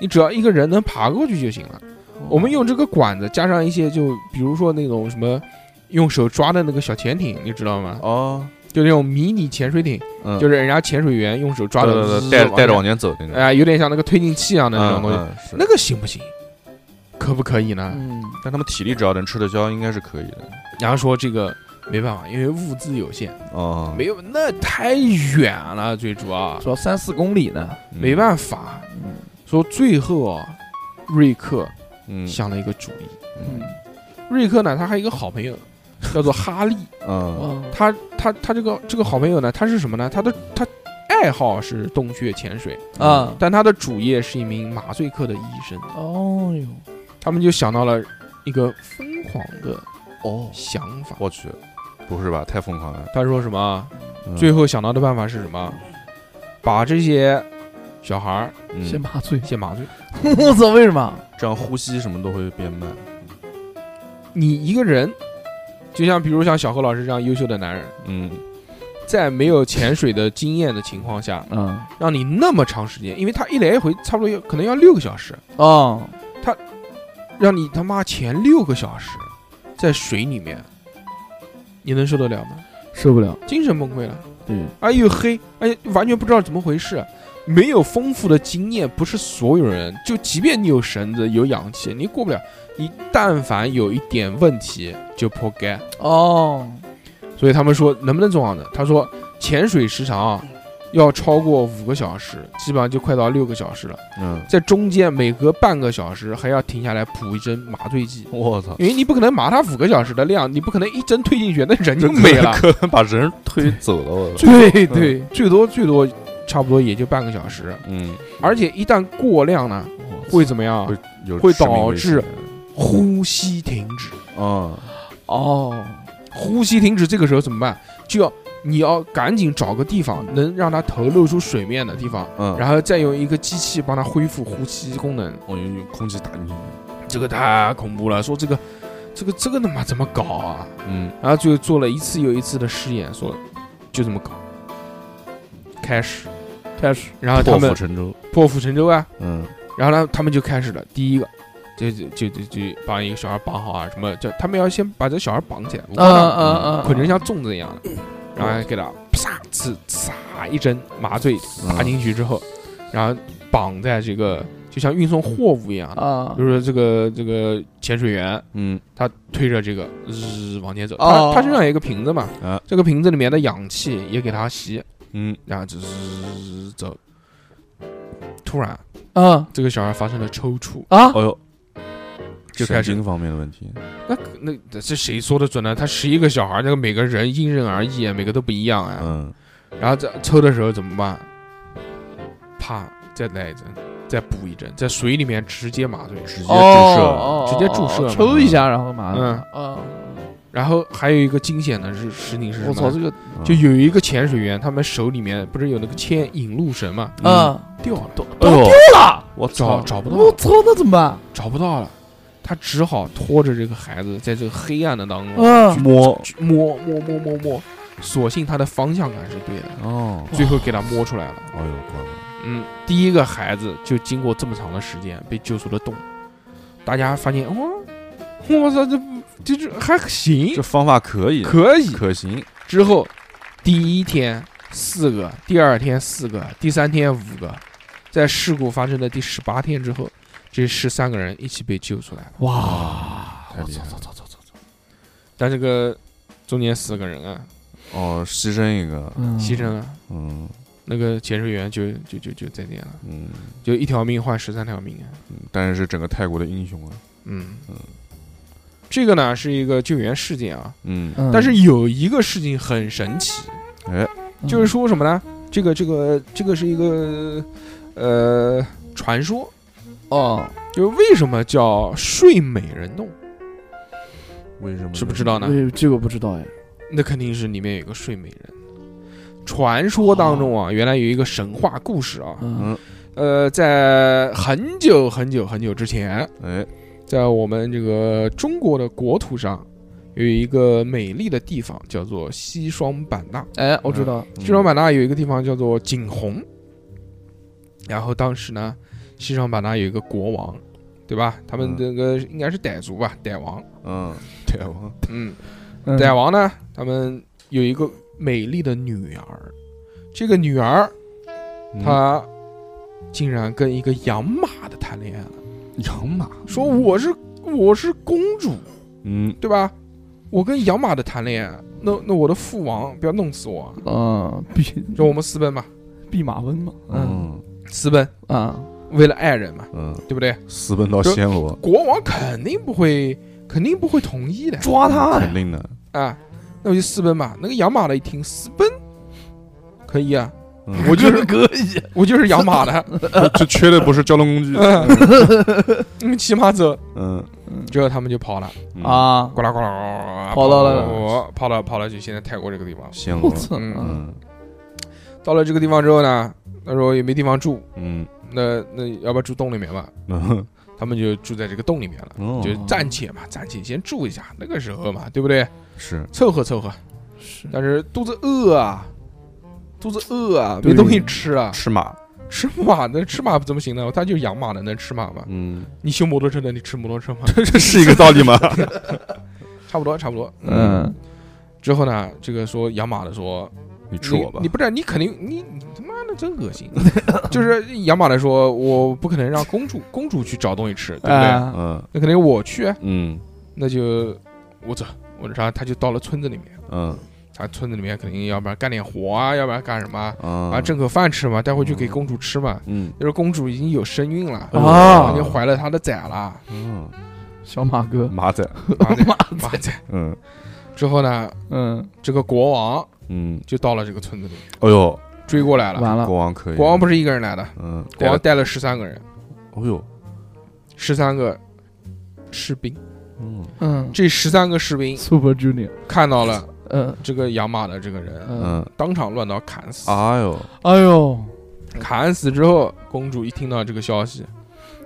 你只要一个人能爬过去就行了。我们用这个管子加上一些，就比如说那种什么。用手抓的那个小潜艇，你知道吗？
哦，
就那种迷你潜水艇，
嗯，
就是人家潜水员用手抓
对
的
对
滋
对，
滋，
带带着往
往
前走那
前，
个，
哎，有点像那个推进器一样的那种
嗯
东西。
嗯是
那个行不行？可不可以呢？
嗯，
但他们体力只要能吃得消，应该是可以的。
然后说这个没办法，因为物资有限，
哦，
没有那太远了，最主要
主要三四公里呢，
没办法。
嗯
说最后啊，瑞克
法，嗯
想了一个主意。
嗯
嗯，
瑞克呢，他还有一个好朋友，叫做哈利。
嗯
哦
他他他这个这个好朋友呢，他是什么呢？他的他爱好是洞穴潜水，
啊，
但他的主业是一名麻醉科的医生。
哦哟，
他们就想到了一个疯狂的
哦，
想法。
我去，不是吧？太疯狂了！
他说什么啊？
嗯
最后想到的办法是什么？把这些小孩儿
嗯
先麻醉，
先麻醉。
我操，为什么？
这样呼吸什么都会变慢。
你一个人，就像比如像小何老师这样优秀的男人，
嗯，
在没有潜水的经验的情况下，
嗯，
让你那么长时间，因为他一来一回差不多要可能要六个小时，
哦，
让你他妈潜六个小时，在水里面，你能受得了吗？
受不了，
精神崩溃了，
对，
哎又黑，哎完全不知道怎么回事，没有丰富的经验，不是所有人，就即便你有绳子有氧气，你过不了，你但凡有一点问题就破盖。
哦，
所以他们说能不能做好呢？他说潜水时长啊，要超过五个小时，基本上就快到六个小时了。
嗯，
在中间每隔半个小时还要停下来补一针麻醉剂，
我操，
因为你不可能麻它五个小时的量，你不可能一针推进去，那人就没 了。
可能把人推走了，我操，
对对，最多最多差不多也就半个小时，
嗯，
而且一旦过量呢，会怎么样？
会有
会
致命
导
危
致
险
呼吸停止。
嗯，
哦，
呼吸停止，这个时候怎么办？就要你要赶紧找个地方能让它头露出水面的地方，
嗯，
然后再用一个机器帮它恢复呼吸功能。
后我用空气打你，
这个太恐怖了，说这个，这个这个他妈怎么搞啊？
嗯，
然后就做了一次又一次的试验，说就这么搞，开始，
开始，
然后他
破釜
们
沉舟，
破釜沉舟啊，
嗯，
然后呢，他们就开始了第一个。就就就就就把一个小孩绑好啊，什么叫他们要先把这小孩绑起来，我
嗯嗯嗯，
捆成像粽子一样的，然后还给它啪刺刺一针麻醉
嗯
打进去之后，然后绑在这个就像运送货物一样的，
啊
比，如说这个这个潜水员
嗯，
他推着这个日往前走，
哦
他他身上有一个瓶子嘛
啊，
这个瓶子里面的氧气也给他吸，
嗯
然后日走。突然，
嗯
这个小孩发生了抽搐，
啊
嗯，，哦呦，
就
神
开始
经方面的问题，
那那这谁说的准呢？他十一个小孩，那个每个人因人而异，每个都不一样啊。
嗯，
然后这抽的时候怎么办？啪，再来一针，再补一针，在水里面直接麻醉。
直接
哦
注射，
哦
直接注射
哦
嘛
抽一下，然后麻
嗯
的，嗯，
然后还有一个惊险的是事情是什
我操，
么
这
呢？
个，
嗯
就有一个潜水员，他们手里面不是有那个牵引路绳嘛，
嗯，
嗯，
掉了，
都
哎
都
呦，
丢了，
我
找
操，
找不
我
到，
操，那怎么办？
找不到了，他只好拖着这个孩子在这个黑暗的当中
嗯，
摸，
去摸摸摸摸摸，所幸他的方向感是对的，
哦，
嗯
最后给他摸出来了。
哎呦，乖乖，
嗯，第一个孩子就经过这么长的时间被救出了洞，大家发现哦哇，我操，这这这还行
这，方法可以，
可以。
可行，
之后第一天四个，第二天四个，第三天五个，在事故发生的第十八天之后，这十三个人一起被救出来了。
哇，
太厉害了，
但这个中间四个人啊，
哦，牺牲一个，
嗯
牺牲，了，
嗯
那个潜水员就就就就再见了，
嗯，
就一条命换十三条命啊。
但是是整个泰国的英雄啊，
嗯
嗯，
这个呢是一个救援事件啊。
嗯，
嗯
但是有一个事情很神奇，
哎，
嗯
就是，说什么呢？这个这个这个是一个呃传说，
嗯哦，嗯
就是为什么叫睡美人洞，
为什么
知不知道呢？
哎这个不知道哎，
那肯定是里面有一个睡美人。传说当中啊，原来有一个神话故事啊，
哦嗯
呃，在很久很久很久之前，
哎，
在我们这个中国的国土上，有一个美丽的地方叫做西双版纳。
哎，我知道，
嗯
西双版纳有一个地方叫做景洪，然后当时呢，西双版纳有一个国王，对吧？他们
嗯
这个应该是傣族吧，傣王。
嗯，对，我
嗯，
嗯
傣王呢，他们有一个美丽的女儿，这个女儿
嗯
她竟然跟一个养马的谈恋爱了，
养马，
说我是我是公主，
嗯，
对吧？我跟养马的谈恋爱，那那我的父王不要弄死我啊，
嗯，弼
就我们私奔吧，
弼马温嘛，嗯
嗯
私奔
啊，
为了爱人嘛，
嗯，
对不对？
私奔到暹 罗，
国王肯定不会，肯定不会同意的
抓他
肯
哎，
定的，
啊。那我就私奔吧。那个养马的一听私奔，可以啊，
嗯
我 就是
可以，
我就是养马的，
这缺的不是交通 工具，
你们骑马走。
嗯
之后他们就跑了，
嗯，
啊，
呱啦呱啦，
跑到了
我跑到跑到就现在泰国这个地方。
暹
我
罗，
操，
嗯
嗯
嗯
到了这个地方之后呢，那时候也没地方住，
嗯
那那要不要住洞里面吧？
嗯，
他们就住在这个洞里面了。
哦
就暂且嘛，暂且先住一下，那个时候嘛，对不对？
是，
凑合凑合。
是
但是肚子饿啊，肚子饿啊，
对
没东西吃啊，
吃马，
吃马能吃马怎么行呢？他就养马的能吃马吗？
嗯，
你修摩托车的，你吃摩托车吗？
这是一个道理吗？
差不多，差不多。
嗯，
之后呢，这个说养马的说，
你吃我吧
你，你不然你肯定你你他妈的真恶心。 就是养马的说，我不可能让公主公主去找东西吃，对不对？
啊，
嗯
那肯定我去啊，
嗯
那就我走，我然后他就到了村子里面，
嗯
他村子里面肯定要不然干点活啊，要不然干什么啊
啊
啊，挣口饭吃嘛，带回去给公主吃嘛。
嗯
那时候公主已经有身孕了，
啊
已经怀了她的崽了，啊
嗯
小马哥，
马仔，
马崽
马
马崽。
嗯
之后呢，
嗯，
这个国王
嗯，
就到了这个村子里面，
哎呦，
追过来了。
完了，
国王可以，
啊国王不是一个人来的，
嗯，
国王
带
带了十三个人，
了哎呦，
十三个士兵。
嗯
嗯
这十三个士兵
，Super Junior，
看到了
嗯
这个养马的这个人，
嗯，
嗯，
当场乱刀砍死。
哎呦，
哎呦，
砍死之后，公主一听到这个消息，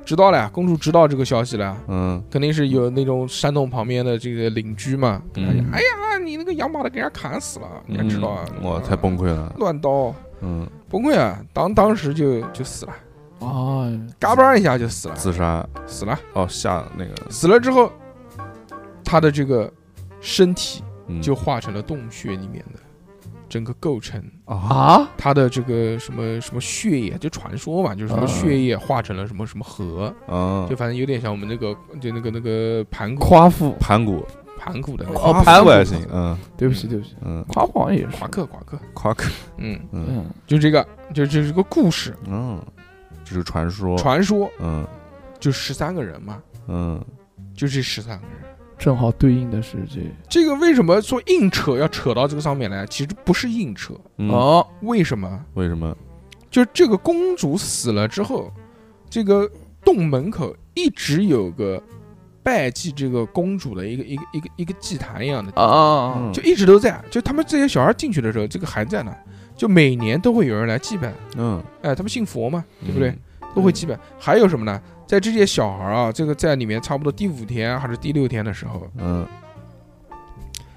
知道了呀，公主知道这个消息了呀。
嗯
肯定是有那种山洞旁边的这个邻居嘛，跟他讲
嗯，
哎呀，你那个养马的给人家砍死了，你还知道啊
嗯？哇，太崩溃了，
乱刀
嗯，
崩溃啊！当当时就就死了，
哎，
嘎嘣一下就死了，
自杀，
死了，
哦，下那个
死了之后，他的这个身体
嗯
就化成了洞穴里面的整个构成，
啊，
啊，
他的这个什么什么血液，就传说嘛，就是什么
嗯
血液化成了什么什么核，
啊
嗯
就，反正有点像我们那个就那个那个盘古
夸父，
盘古，
盘古的那
哦
个
夸
盘
父
古
还行，嗯
对不起，对不起，
嗯，
夸父好像也是
夸，克夸克，
夸克，
嗯。
嗯
嗯，
就这个，就这是个故事
嗯，这是传说，
传说，
嗯
就十三个人嘛，
嗯
就这十三个人。
正好对应的是这，
这个为什么说硬扯要扯到这个上面来？其实不是硬扯，
嗯，
哦，
为什么？
为什么？
就这个公主死了之后，这个洞门口一直有个拜祭这个公主的一个一个一个一个祭坛一样的地
啊
方，
嗯
啊，
就一直都在。就他们这些小孩进去的时候，这个还在那，就每年都会有人来祭拜。
嗯，
哎，他们信佛嘛，
嗯
对不对？？都会基本。还有什么呢？在这些小孩儿啊，这个在里面差不多第五天还是第六天的时候，
嗯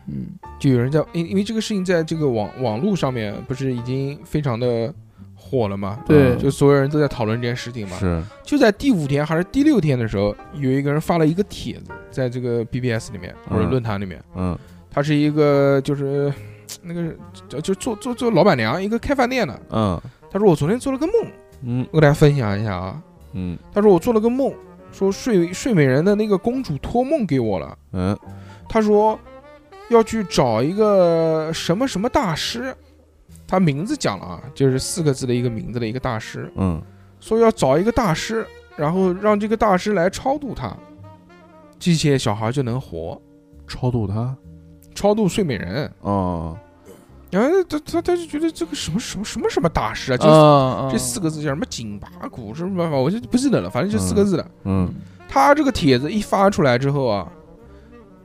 嗯，
就有人在，因因为这个事情在这个网网络上面不是已经非常的火了嘛，
对
就所有人都在讨论这件事情嘛。
是，
就在第五天还是第六天的时候，有一个人发了一个帖子，在这个 BBS 里面或者
嗯
论坛里面，
嗯
他是一个就是那个就就做做做老板娘，一个开饭店的。
嗯
他说我昨天做了个梦，
嗯
我给大家分享一下啊。
嗯
他说我做了个梦，说睡睡美人的那个公主托梦给我了。
嗯
他说要去找一个什么什么大师，他名字讲了啊，就是四个字的一个名字的一个大师，
嗯
说要找一个大师，然后让这个大师来超度他，这些小孩就能活，
超度他，
超度睡美人。
哦，
然后他他他就觉得这个什么什么什么什么大师啊，就是、
啊，
这四个字叫什么紧拔骨什么办法，我就不记得了，反正就四个字的。
嗯
他这个帖子一发出来之后啊，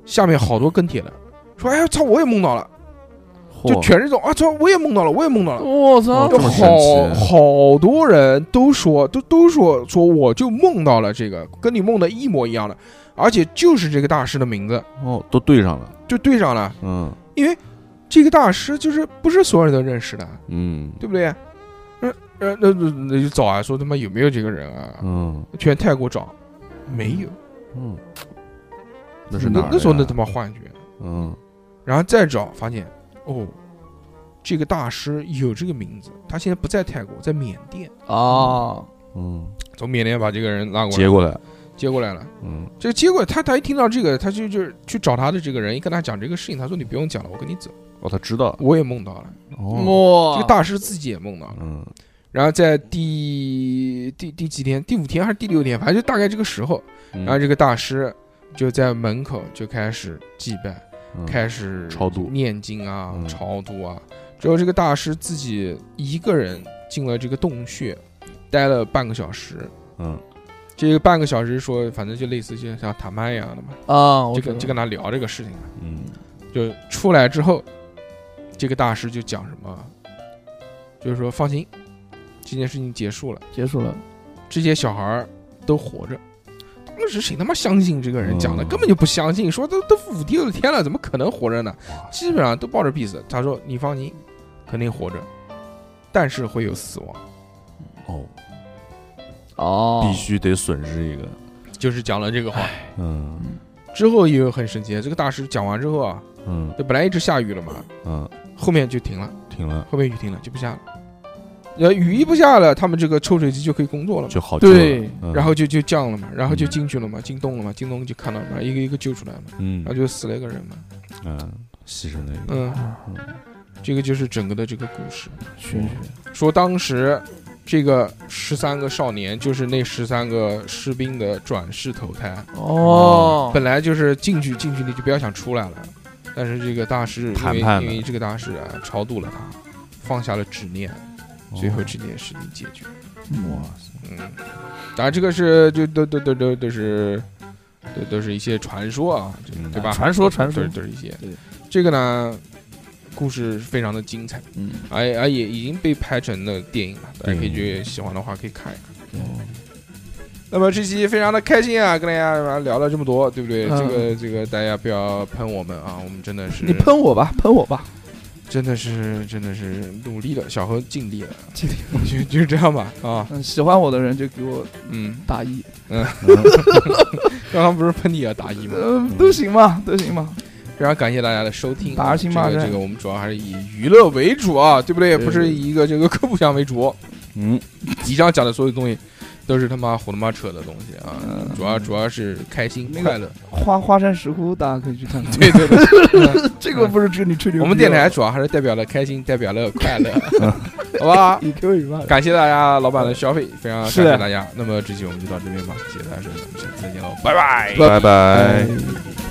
下面好多跟帖的说：“哎呀，操，我也梦到了！”就
嚯
全是这种啊，操，我也梦到了，我也梦到了。
我操
哦，
有
这么神
好
奇
好多人都说，都都说说我就梦到了这个，跟你梦的一模一样的，而且就是这个大师的名字
哦，都对上了，
就对上了。
嗯
这个大师就是不是所有人都认识的，
嗯
对不对？呃呃，那那那就找啊，说他妈有没有这个人啊？
嗯
全泰国找，没有。
嗯，那是哪儿的呀？
那时候那他妈幻觉。
嗯
然后再找，发现哦，这个大师有这个名字，他现在不在泰国，在缅甸，哦
啊，
嗯，
从缅甸把这个人拉过来，
接过来，
接过来了。
嗯
这个结果他他一听到这个，他就就是去找他的这个人，一跟他讲这个事情，他说你不用讲了，我跟你走。
哦，他知道，
我也梦到了，
哦，
哇，
这个大师自己也梦到了。
嗯
然后在第第第几天，第五天还是第六天，反正就大概这个时候，
嗯，
然后这个大师就在门口就开始祭拜。
嗯
开始
超度
念经啊，
嗯
超度啊。之后这个大师自己一个人进了这个洞穴，待了半个小时。
嗯
这个半个小时说，反正就类似就像谈判一样的嘛，
啊，
就
我知
跟
道
就跟他聊这个事情嘛。啊
嗯
就出来之后，这个大师就讲什么，就是说放心，这件事情结束了，
结束了，
这些小孩儿都活着。当时谁他妈相信这个人讲的？
嗯
根本就不相信，说都都五第六天了，怎么可能活着呢？基本上都抱着 peace。他说：“你放心，肯定活着。但是会有死亡，
哦，
哦
必须得损失一个，
就是讲了这个话
嗯
之后也有很神奇。这个大师讲完之后啊，
嗯
这本来一直下雨了嘛，
嗯，
后面就停了，
停了
后面雨停了就不下了。呃，雨一不下了，他们这个抽水机就可以工作了嘛，
就好救了
对，
嗯
然后就就降了嘛，然后就
嗯
进去了嘛，进洞了嘛，进洞就看到嘛，一个一个救出来嘛，
嗯
然后就死了一个人嘛，
嗯，牺牲了一个，
嗯，这个就是整个的这个故事。
确实
说当时这个十三个少年就是那十三个士兵的转世投胎，
哦，
本来就是进去进去你就不要想出来了，但是这个大师因
谈
为
判了
因为这个大师啊超度了他，放下了执念，
哦
最后这件事情解决。
哇塞，
嗯，当然这个是就都都都都都是都都是一些传说啊，这
嗯
对吧？
传说传说
都是都是一些
对。
这个呢，故事非常的精彩。
嗯，
哎哎，也已经被拍成了电影了，大家可以
嗯
去喜欢的话可以看一看。
哦
那么这期非常的开心啊，跟大家聊了这么多，对不对？
嗯
这个这个大家不要喷我们啊，我们真的是
你喷我吧，喷我吧，
真的是真的是努力了，小何尽力了，尽力了，就就这样吧啊，
嗯，喜欢我的人就给我
嗯，
打一，
嗯
刚刚不是喷你啊，大姨 吗？
呃，都行吧，都行吧，
非常感谢大家的收听啊，
打个星巴
这个
克
这个我们主要还是以娱乐为主啊，对不对？
对
不是以一个这个科普项为主，
嗯，
以上讲的所有东西都是他妈胡他妈扯的东西啊，
嗯，
主要主要是开心
那个
快乐。
花花山石窟大家可以去看看，
对对对，
这个不是跟你吹牛逼哦了，
我们电台主要还是代表了开心，代表了快 乐，好 吧？
以 Q 以外，
感谢大家老板的消费，非常感
是
谢
的
大家。那么这期我们就到这边吧，谢谢大家收听，我们下次再见喽，拜拜。
拜拜。
哎